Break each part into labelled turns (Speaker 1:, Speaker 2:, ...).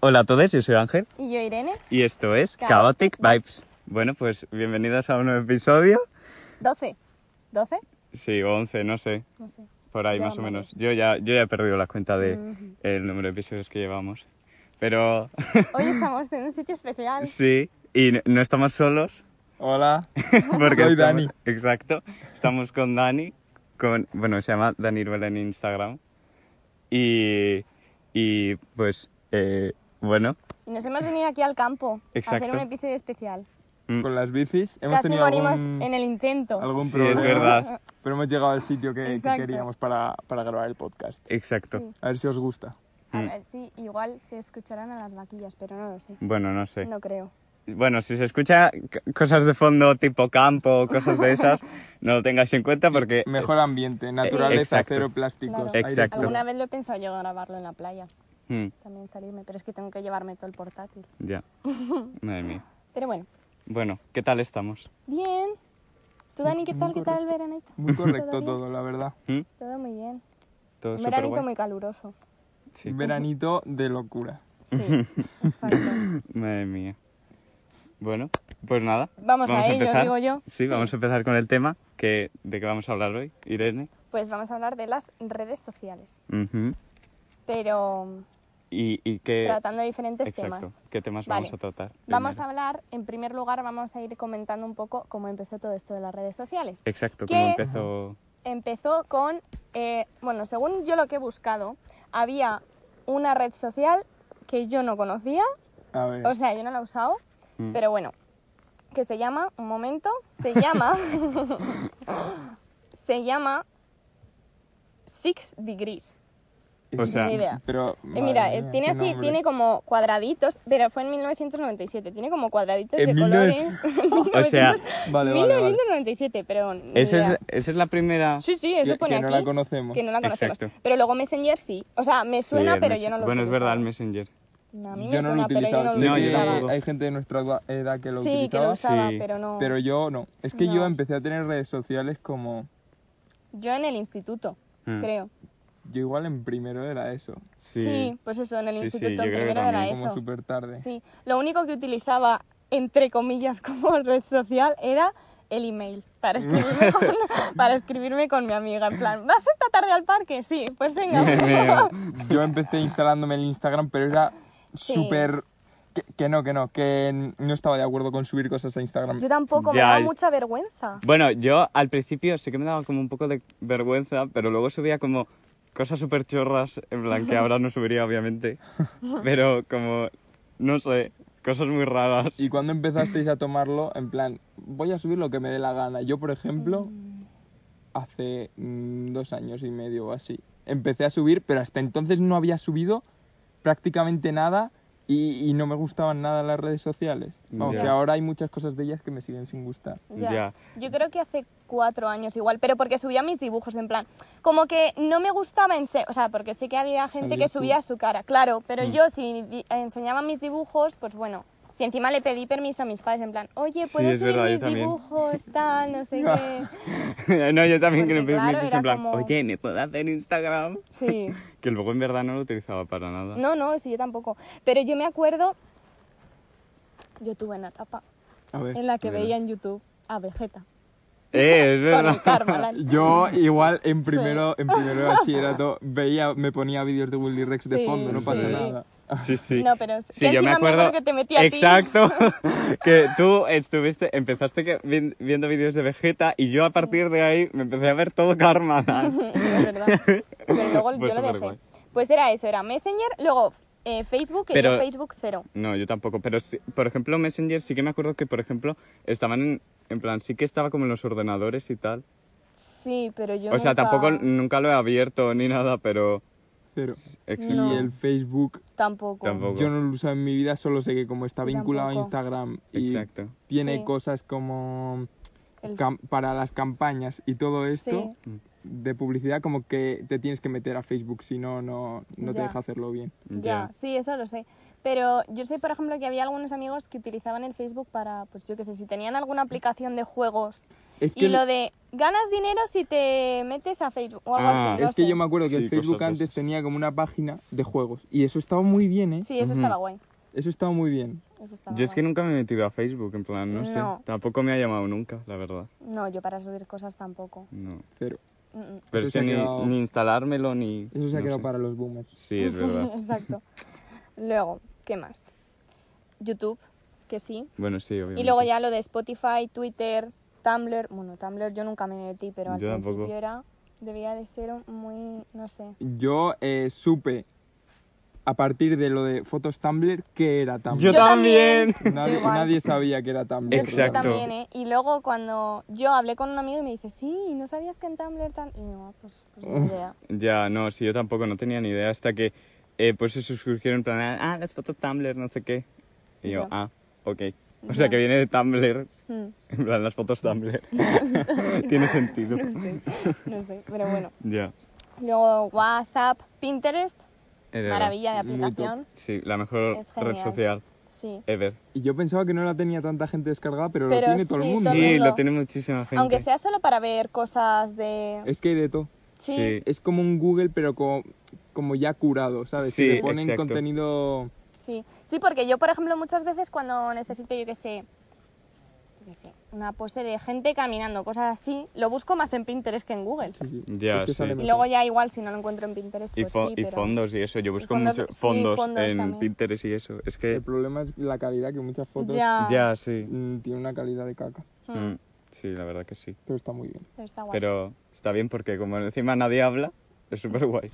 Speaker 1: Hola a todos, yo soy Ángel
Speaker 2: Y yo, Irene,
Speaker 1: y esto es
Speaker 2: Chaotic
Speaker 1: Chaotic Vibes. Bueno, pues bienvenidos a un nuevo episodio.
Speaker 2: 12. ¿12?
Speaker 1: Sí, o 11, no sé,
Speaker 2: No sé.
Speaker 1: por ahí
Speaker 2: Ya
Speaker 1: más o menos.
Speaker 2: vamos.
Speaker 1: Yo ya, yo ya he perdido la cuenta de el número de episodios que llevamos. Pero
Speaker 2: Hoy estamos en un sitio especial.
Speaker 1: sí, y n- no estamos solos.
Speaker 3: Hola.
Speaker 1: Porque
Speaker 3: Soy
Speaker 1: estamos-
Speaker 3: Dani.
Speaker 1: Exacto. Estamos con Dani, con, bueno, se llama Dani Ruel en Instagram. Y, y pues, eh, bueno,
Speaker 2: Y nos hemos venido aquí al campo a hacer
Speaker 1: Exacto.
Speaker 2: un episodio especial.
Speaker 3: Con las bicis hemos
Speaker 2: Casi
Speaker 3: tenido
Speaker 2: morimos
Speaker 3: algún,
Speaker 2: en el intento.
Speaker 3: algún
Speaker 1: Mm. Sí, es
Speaker 3: problema.
Speaker 1: verdad.
Speaker 3: Pero hemos llegado al sitio que- que,
Speaker 2: Exacto.
Speaker 3: queríamos para, para grabar el podcast.
Speaker 1: exacto.
Speaker 2: Sí.
Speaker 3: A ver si os gusta.
Speaker 2: A
Speaker 1: Mm.
Speaker 2: ver, sí, igual se escucharán a las vaquillas, pero no lo sé.
Speaker 1: Bueno, no sé.
Speaker 2: No creo.
Speaker 1: Bueno, si se escucha c- cosas de fondo tipo campo, cosas de esas, no lo tengáis en cuenta porque...
Speaker 3: Mejor ambiente, naturaleza,
Speaker 1: Eh, exacto.
Speaker 3: cero plásticos.
Speaker 2: Claro.
Speaker 3: aire
Speaker 1: Exacto.
Speaker 3: puro.
Speaker 2: Alguna vez lo he pensado yo grabarlo en la playa,
Speaker 1: Mm,
Speaker 2: también salirme, pero es que tengo que llevarme todo el portátil.
Speaker 1: ya. Madre mía.
Speaker 2: Pero bueno,
Speaker 1: Bueno, ¿qué tal estamos?
Speaker 2: bien. ¿Tú, Dani, qué tal? ¿Qué tal el veranito?
Speaker 3: Muy correcto
Speaker 2: Todo bien.
Speaker 3: todo, la verdad.
Speaker 1: ¿Mm?
Speaker 2: Todo muy bien.
Speaker 1: Todo
Speaker 2: Un
Speaker 1: súper
Speaker 2: veranito muy caluroso.
Speaker 1: Sí.
Speaker 3: Veranito de locura.
Speaker 2: Sí, exacto.
Speaker 1: Madre mía. Bueno, pues nada.
Speaker 2: Vamos a ello,
Speaker 1: empezar.
Speaker 2: digo yo.
Speaker 1: Sí, vamos a empezar con el tema que, de que vamos a hablar hoy, Irene.
Speaker 2: Pues vamos a hablar de las redes sociales,
Speaker 1: Ujú.
Speaker 2: pero
Speaker 1: y, y qué...
Speaker 2: tratando diferentes
Speaker 1: Eh, exacto,
Speaker 2: temas.
Speaker 1: ¿Qué temas
Speaker 2: Vale.
Speaker 1: vamos a tratar?
Speaker 2: Vamos
Speaker 1: primero?
Speaker 2: a hablar, en primer lugar, vamos a ir comentando un poco cómo empezó todo esto de las redes sociales.
Speaker 1: Exacto,
Speaker 2: ¿Qué?
Speaker 1: cómo empezó...
Speaker 2: Empezó con, eh, bueno, según yo lo que he buscado, había una red social que yo no conocía,
Speaker 3: A ver.
Speaker 2: o sea, yo no la he usado,
Speaker 1: Mm.
Speaker 2: pero bueno, que se llama, un momento, se llama, se llama Six Degrees.
Speaker 1: o sea-
Speaker 2: Ni idea.
Speaker 3: Pero,
Speaker 2: Eh,
Speaker 3: madre
Speaker 2: mira, eh,
Speaker 3: mía,
Speaker 2: tiene
Speaker 3: qué
Speaker 2: así,
Speaker 3: nombre.
Speaker 2: tiene como cuadraditos, pero fue en 1997, tiene como cuadraditos
Speaker 3: En
Speaker 2: de
Speaker 3: 19
Speaker 2: colores.
Speaker 1: O sea,
Speaker 2: 1900
Speaker 3: Vale, vale, vale.
Speaker 2: 1997, pero ni
Speaker 1: esa
Speaker 2: idea.
Speaker 1: es, esa es la primera...
Speaker 2: Sí, sí, eso
Speaker 3: Que-
Speaker 2: pone
Speaker 3: que no
Speaker 2: aquí.
Speaker 3: la conocemos.
Speaker 2: Que no la conocemos.
Speaker 1: Exacto.
Speaker 2: Pero luego Messenger sí. O sea, me
Speaker 1: Sí,
Speaker 2: suena,
Speaker 1: el
Speaker 2: pero
Speaker 1: mes-
Speaker 2: yo no lo
Speaker 1: Bueno, es
Speaker 2: utilizaba.
Speaker 1: verdad, el Messenger.
Speaker 2: No, a mí
Speaker 3: Yo
Speaker 2: me
Speaker 3: no
Speaker 2: suena,
Speaker 3: lo he
Speaker 2: pero yo
Speaker 3: utilizado.
Speaker 2: no lo
Speaker 3: Sé
Speaker 1: No, yo
Speaker 3: que
Speaker 2: utilizaba.
Speaker 1: tampoco.
Speaker 3: hay gente de nuestra edad- edad que lo
Speaker 2: Sí, que
Speaker 3: utilizaba.
Speaker 2: lo usaba,
Speaker 1: sí.
Speaker 2: pero no.
Speaker 3: Pero yo no. Es que
Speaker 2: No.
Speaker 3: yo empecé a tener redes sociales como.
Speaker 2: Yo en el instituto,
Speaker 1: Mm.
Speaker 2: creo.
Speaker 3: Yo igual en primero era eso.
Speaker 2: Sí. pues eso, en el
Speaker 1: Sí, sí,
Speaker 2: instituto
Speaker 1: yo creo que
Speaker 2: primero era
Speaker 1: también.
Speaker 3: Como
Speaker 2: eso.
Speaker 3: súper tarde.
Speaker 2: Sí, lo único que utilizaba, entre comillas, como red social era el email
Speaker 1: Mm.
Speaker 2: para escribirme con, para escribirme con mi amiga. En plan, ¿vas esta tarde al parque? Sí, pues venga.
Speaker 3: Yo empecé instalándome el Instagram, pero era
Speaker 2: Sí.
Speaker 3: súper... Que, que no, que no, que n- no estaba de acuerdo con subir cosas a Instagram.
Speaker 2: Yo tampoco, me
Speaker 1: Ya,
Speaker 2: daba
Speaker 1: y-
Speaker 2: mucha vergüenza.
Speaker 1: Bueno, yo al principio sí que me daba como un poco de vergüenza, pero luego subía como cosas súper chorras, en plan que ahora no subiría obviamente, pero como, no sé, cosas muy raras.
Speaker 3: Y cuando empezasteis a tomarlo, en plan, voy a subir lo que me dé la gana. Yo, por ejemplo,
Speaker 2: Mm.
Speaker 3: hace mm, dos años y medio o así, empecé a subir, pero hasta entonces no había subido prácticamente nada y, y no me gustaban nada las redes sociales. Vamos,
Speaker 1: Ya.
Speaker 3: que ahora hay muchas cosas de ellas que me siguen sin gustar.
Speaker 2: Ya.
Speaker 1: Ya.
Speaker 2: Yo creo que hace cuatro años igual, pero porque subía mis dibujos en plan. Como que no me gustaba en se- o sea, porque sé que había gente
Speaker 3: Salías
Speaker 2: que
Speaker 3: tú.
Speaker 2: subía su cara, claro, pero
Speaker 1: Mm.
Speaker 2: yo si di- enseñaba mis dibujos, pues bueno. Si encima le pedí permiso a mis padres, en plan, oye,
Speaker 1: Sí,
Speaker 2: ¿puedo
Speaker 1: es
Speaker 2: subir
Speaker 1: verdad, yo
Speaker 2: mis
Speaker 1: también.
Speaker 2: dibujos, tal, no sé qué?
Speaker 1: no, yo también que me me
Speaker 2: Porque claro,
Speaker 1: puse
Speaker 2: era
Speaker 1: en plan,
Speaker 2: como-
Speaker 1: oye, ¿me puedo hacer Instagram?
Speaker 2: Sí.
Speaker 1: Que luego en verdad no lo utilizaba para nada.
Speaker 2: No, no, sí, yo tampoco. Pero yo me acuerdo, yo tuve una etapa
Speaker 3: A ver.
Speaker 2: en la que veía en YouTube a Vegeta
Speaker 1: Eh, es
Speaker 2: con el
Speaker 1: verdad.
Speaker 2: Karmaland.
Speaker 3: Yo igual en primero, en primero de bachillerato veía, me ponía vídeos de Willy Rex de
Speaker 2: Sí,
Speaker 3: fondo, no
Speaker 2: sí.
Speaker 3: pasa nada.
Speaker 1: Sí, sí.
Speaker 2: No, pero es-
Speaker 1: sí,
Speaker 2: que
Speaker 1: yo me
Speaker 2: encima me
Speaker 1: acuerdo,
Speaker 2: acuerdo que te metí a ti.
Speaker 1: Exacto. que tú estuviste, empezaste que- vi- viendo vídeos de Vegeta y yo a partir de ahí me empecé a ver todo Karma.
Speaker 2: Es verdad. Pero luego
Speaker 1: Pues
Speaker 2: yo lo
Speaker 1: súper
Speaker 2: dejé.
Speaker 1: guay.
Speaker 2: Pues era eso, era Messenger, luego eh, Facebook, que
Speaker 1: Pero-
Speaker 2: yo Facebook cero.
Speaker 1: No, yo tampoco. Pero, sí- por ejemplo, Messenger sí que me acuerdo que, por ejemplo, estaban en, en plan, sí que estaba como en los ordenadores y tal.
Speaker 2: Sí, pero yo
Speaker 1: o sea,
Speaker 2: nunca-
Speaker 1: tampoco nunca lo he abierto ni nada, pero...
Speaker 3: Pero,
Speaker 1: ex-
Speaker 2: No.
Speaker 3: Y el Facebook,
Speaker 2: Tampoco.
Speaker 1: Tampoco.
Speaker 3: yo no lo usaba en mi vida, solo sé que como está
Speaker 2: Yo
Speaker 3: vinculado
Speaker 2: tampoco.
Speaker 3: a Instagram y
Speaker 1: Exacto.
Speaker 3: tiene
Speaker 2: Sí.
Speaker 3: cosas como
Speaker 2: El-
Speaker 3: cam- para las campañas y todo esto de publicidad, como que te tienes que meter a Facebook, si no, no, no te
Speaker 2: Ya.
Speaker 3: deja hacerlo bien.
Speaker 2: Ya,
Speaker 1: Ya.
Speaker 2: sí, eso lo sé. Pero yo sé, por ejemplo, que había algunos amigos que utilizaban el Facebook para, pues yo qué sé, si tenían alguna aplicación de juegos
Speaker 3: Es
Speaker 2: Y lo de ganas dinero si te metes a Facebook o algo
Speaker 1: Ah,
Speaker 2: así. no
Speaker 3: Es que
Speaker 2: sé.
Speaker 3: yo me acuerdo que
Speaker 1: Sí,
Speaker 3: el Facebook
Speaker 1: cosas de
Speaker 3: antes
Speaker 1: esas.
Speaker 3: tenía como una página de juegos. Y eso estaba muy bien, ¿eh?
Speaker 2: Sí, eso
Speaker 1: Ujú.
Speaker 2: estaba guay.
Speaker 3: Eso estaba muy bien.
Speaker 2: Eso estaba
Speaker 1: Yo es que
Speaker 2: guay.
Speaker 1: nunca me he metido a Facebook, en plan, no, sé.
Speaker 2: No.
Speaker 1: Tampoco me ha llamado nunca, la verdad.
Speaker 2: No, yo para subir cosas tampoco.
Speaker 1: No.
Speaker 3: Pero
Speaker 2: Mm, mm.
Speaker 1: Pero
Speaker 3: Eso
Speaker 1: es
Speaker 3: se
Speaker 1: que
Speaker 3: ha
Speaker 1: ni,
Speaker 3: quedado-
Speaker 1: ni instalármelo ni.
Speaker 3: eso se ha
Speaker 1: no
Speaker 3: quedado
Speaker 1: sé.
Speaker 3: para los boomers.
Speaker 1: Sí, es
Speaker 2: Sí,
Speaker 1: verdad.
Speaker 2: Exacto. Luego, ¿qué más? YouTube, que sí.
Speaker 1: Bueno, sí, obviamente.
Speaker 2: Y luego ya lo de Spotify, Twitter, Tumblr. Bueno, Tumblr yo nunca me metí, pero al
Speaker 1: Yo tampoco.
Speaker 2: principio era. Debía de ser un- muy. No sé.
Speaker 3: Yo eh, supe a partir de lo de fotos Tumblr que era Tumblr.
Speaker 1: Yo también.
Speaker 3: nadie,
Speaker 2: Yo igual.
Speaker 3: nadie sabía que era Tumblr.
Speaker 2: Yo
Speaker 1: Exacto.
Speaker 2: también, ¿eh? Y luego cuando yo hablé con un amigo y me dice, sí, ¿no sabías que en Tumblr tan...? Y no, pues, pues ni idea.
Speaker 1: Ya, no, sí, yo tampoco no tenía ni idea hasta que eh, pues se suscribieron en plan, ah, las fotos Tumblr, no sé qué. Y yo,
Speaker 2: Ya.
Speaker 1: ah, ok. O
Speaker 2: Ya.
Speaker 1: sea que viene de Tumblr,
Speaker 2: Hmm,
Speaker 1: en plan las fotos Tumblr. Tiene sentido.
Speaker 2: no sé, no sé, pero bueno.
Speaker 1: Ya.
Speaker 2: Luego WhatsApp, Pinterest,
Speaker 1: Era-
Speaker 2: maravilla de
Speaker 3: muy
Speaker 2: aplicación.
Speaker 1: Sí, la mejor
Speaker 2: Es
Speaker 1: red
Speaker 2: genial.
Speaker 1: social
Speaker 2: Sí.
Speaker 1: ever.
Speaker 3: Y yo pensaba que no la tenía tanta gente descargada, pero,
Speaker 2: Pero
Speaker 3: lo tiene todo el
Speaker 2: sí,
Speaker 3: mundo.
Speaker 2: todo el
Speaker 3: ¿eh?
Speaker 1: Sí,
Speaker 2: mundo.
Speaker 1: lo tiene muchísima gente.
Speaker 2: Aunque sea solo para ver cosas de...
Speaker 3: Es que hay de todo.
Speaker 2: Sí,
Speaker 1: sí.
Speaker 3: Es como un Google, pero como, como ya curado, ¿sabes?
Speaker 1: Sí,
Speaker 3: que le ponen
Speaker 1: exacto.
Speaker 3: contenido...
Speaker 2: sí. Sí, porque yo, por ejemplo, muchas veces cuando necesito, yo qué sé, yo qué sé, una pose de gente caminando, cosas así, lo busco más en Pinterest que en Google.
Speaker 3: Sí, sí.
Speaker 1: Ya,
Speaker 3: Es que
Speaker 1: sí.
Speaker 3: sale
Speaker 2: Y
Speaker 3: mejor.
Speaker 2: luego ya igual si no lo encuentro en Pinterest,
Speaker 1: Y,
Speaker 2: pues
Speaker 1: fo-
Speaker 2: sí,
Speaker 1: y
Speaker 2: pero...
Speaker 1: fondos y eso, yo busco
Speaker 2: fondos-
Speaker 1: mucho
Speaker 2: sí,
Speaker 1: fondos,
Speaker 2: fondos
Speaker 1: en
Speaker 2: también.
Speaker 1: Pinterest y eso. Es que.
Speaker 3: El problema es la calidad, que muchas fotos
Speaker 2: Ya,
Speaker 1: Ya, sí.
Speaker 3: mm, tienen una calidad de caca.
Speaker 2: Mm.
Speaker 1: Mm, Sí, la verdad que sí.
Speaker 3: Pero está muy bien.
Speaker 2: Pero está guay.
Speaker 1: Pero está bien porque como encima nadie habla, es súper guay.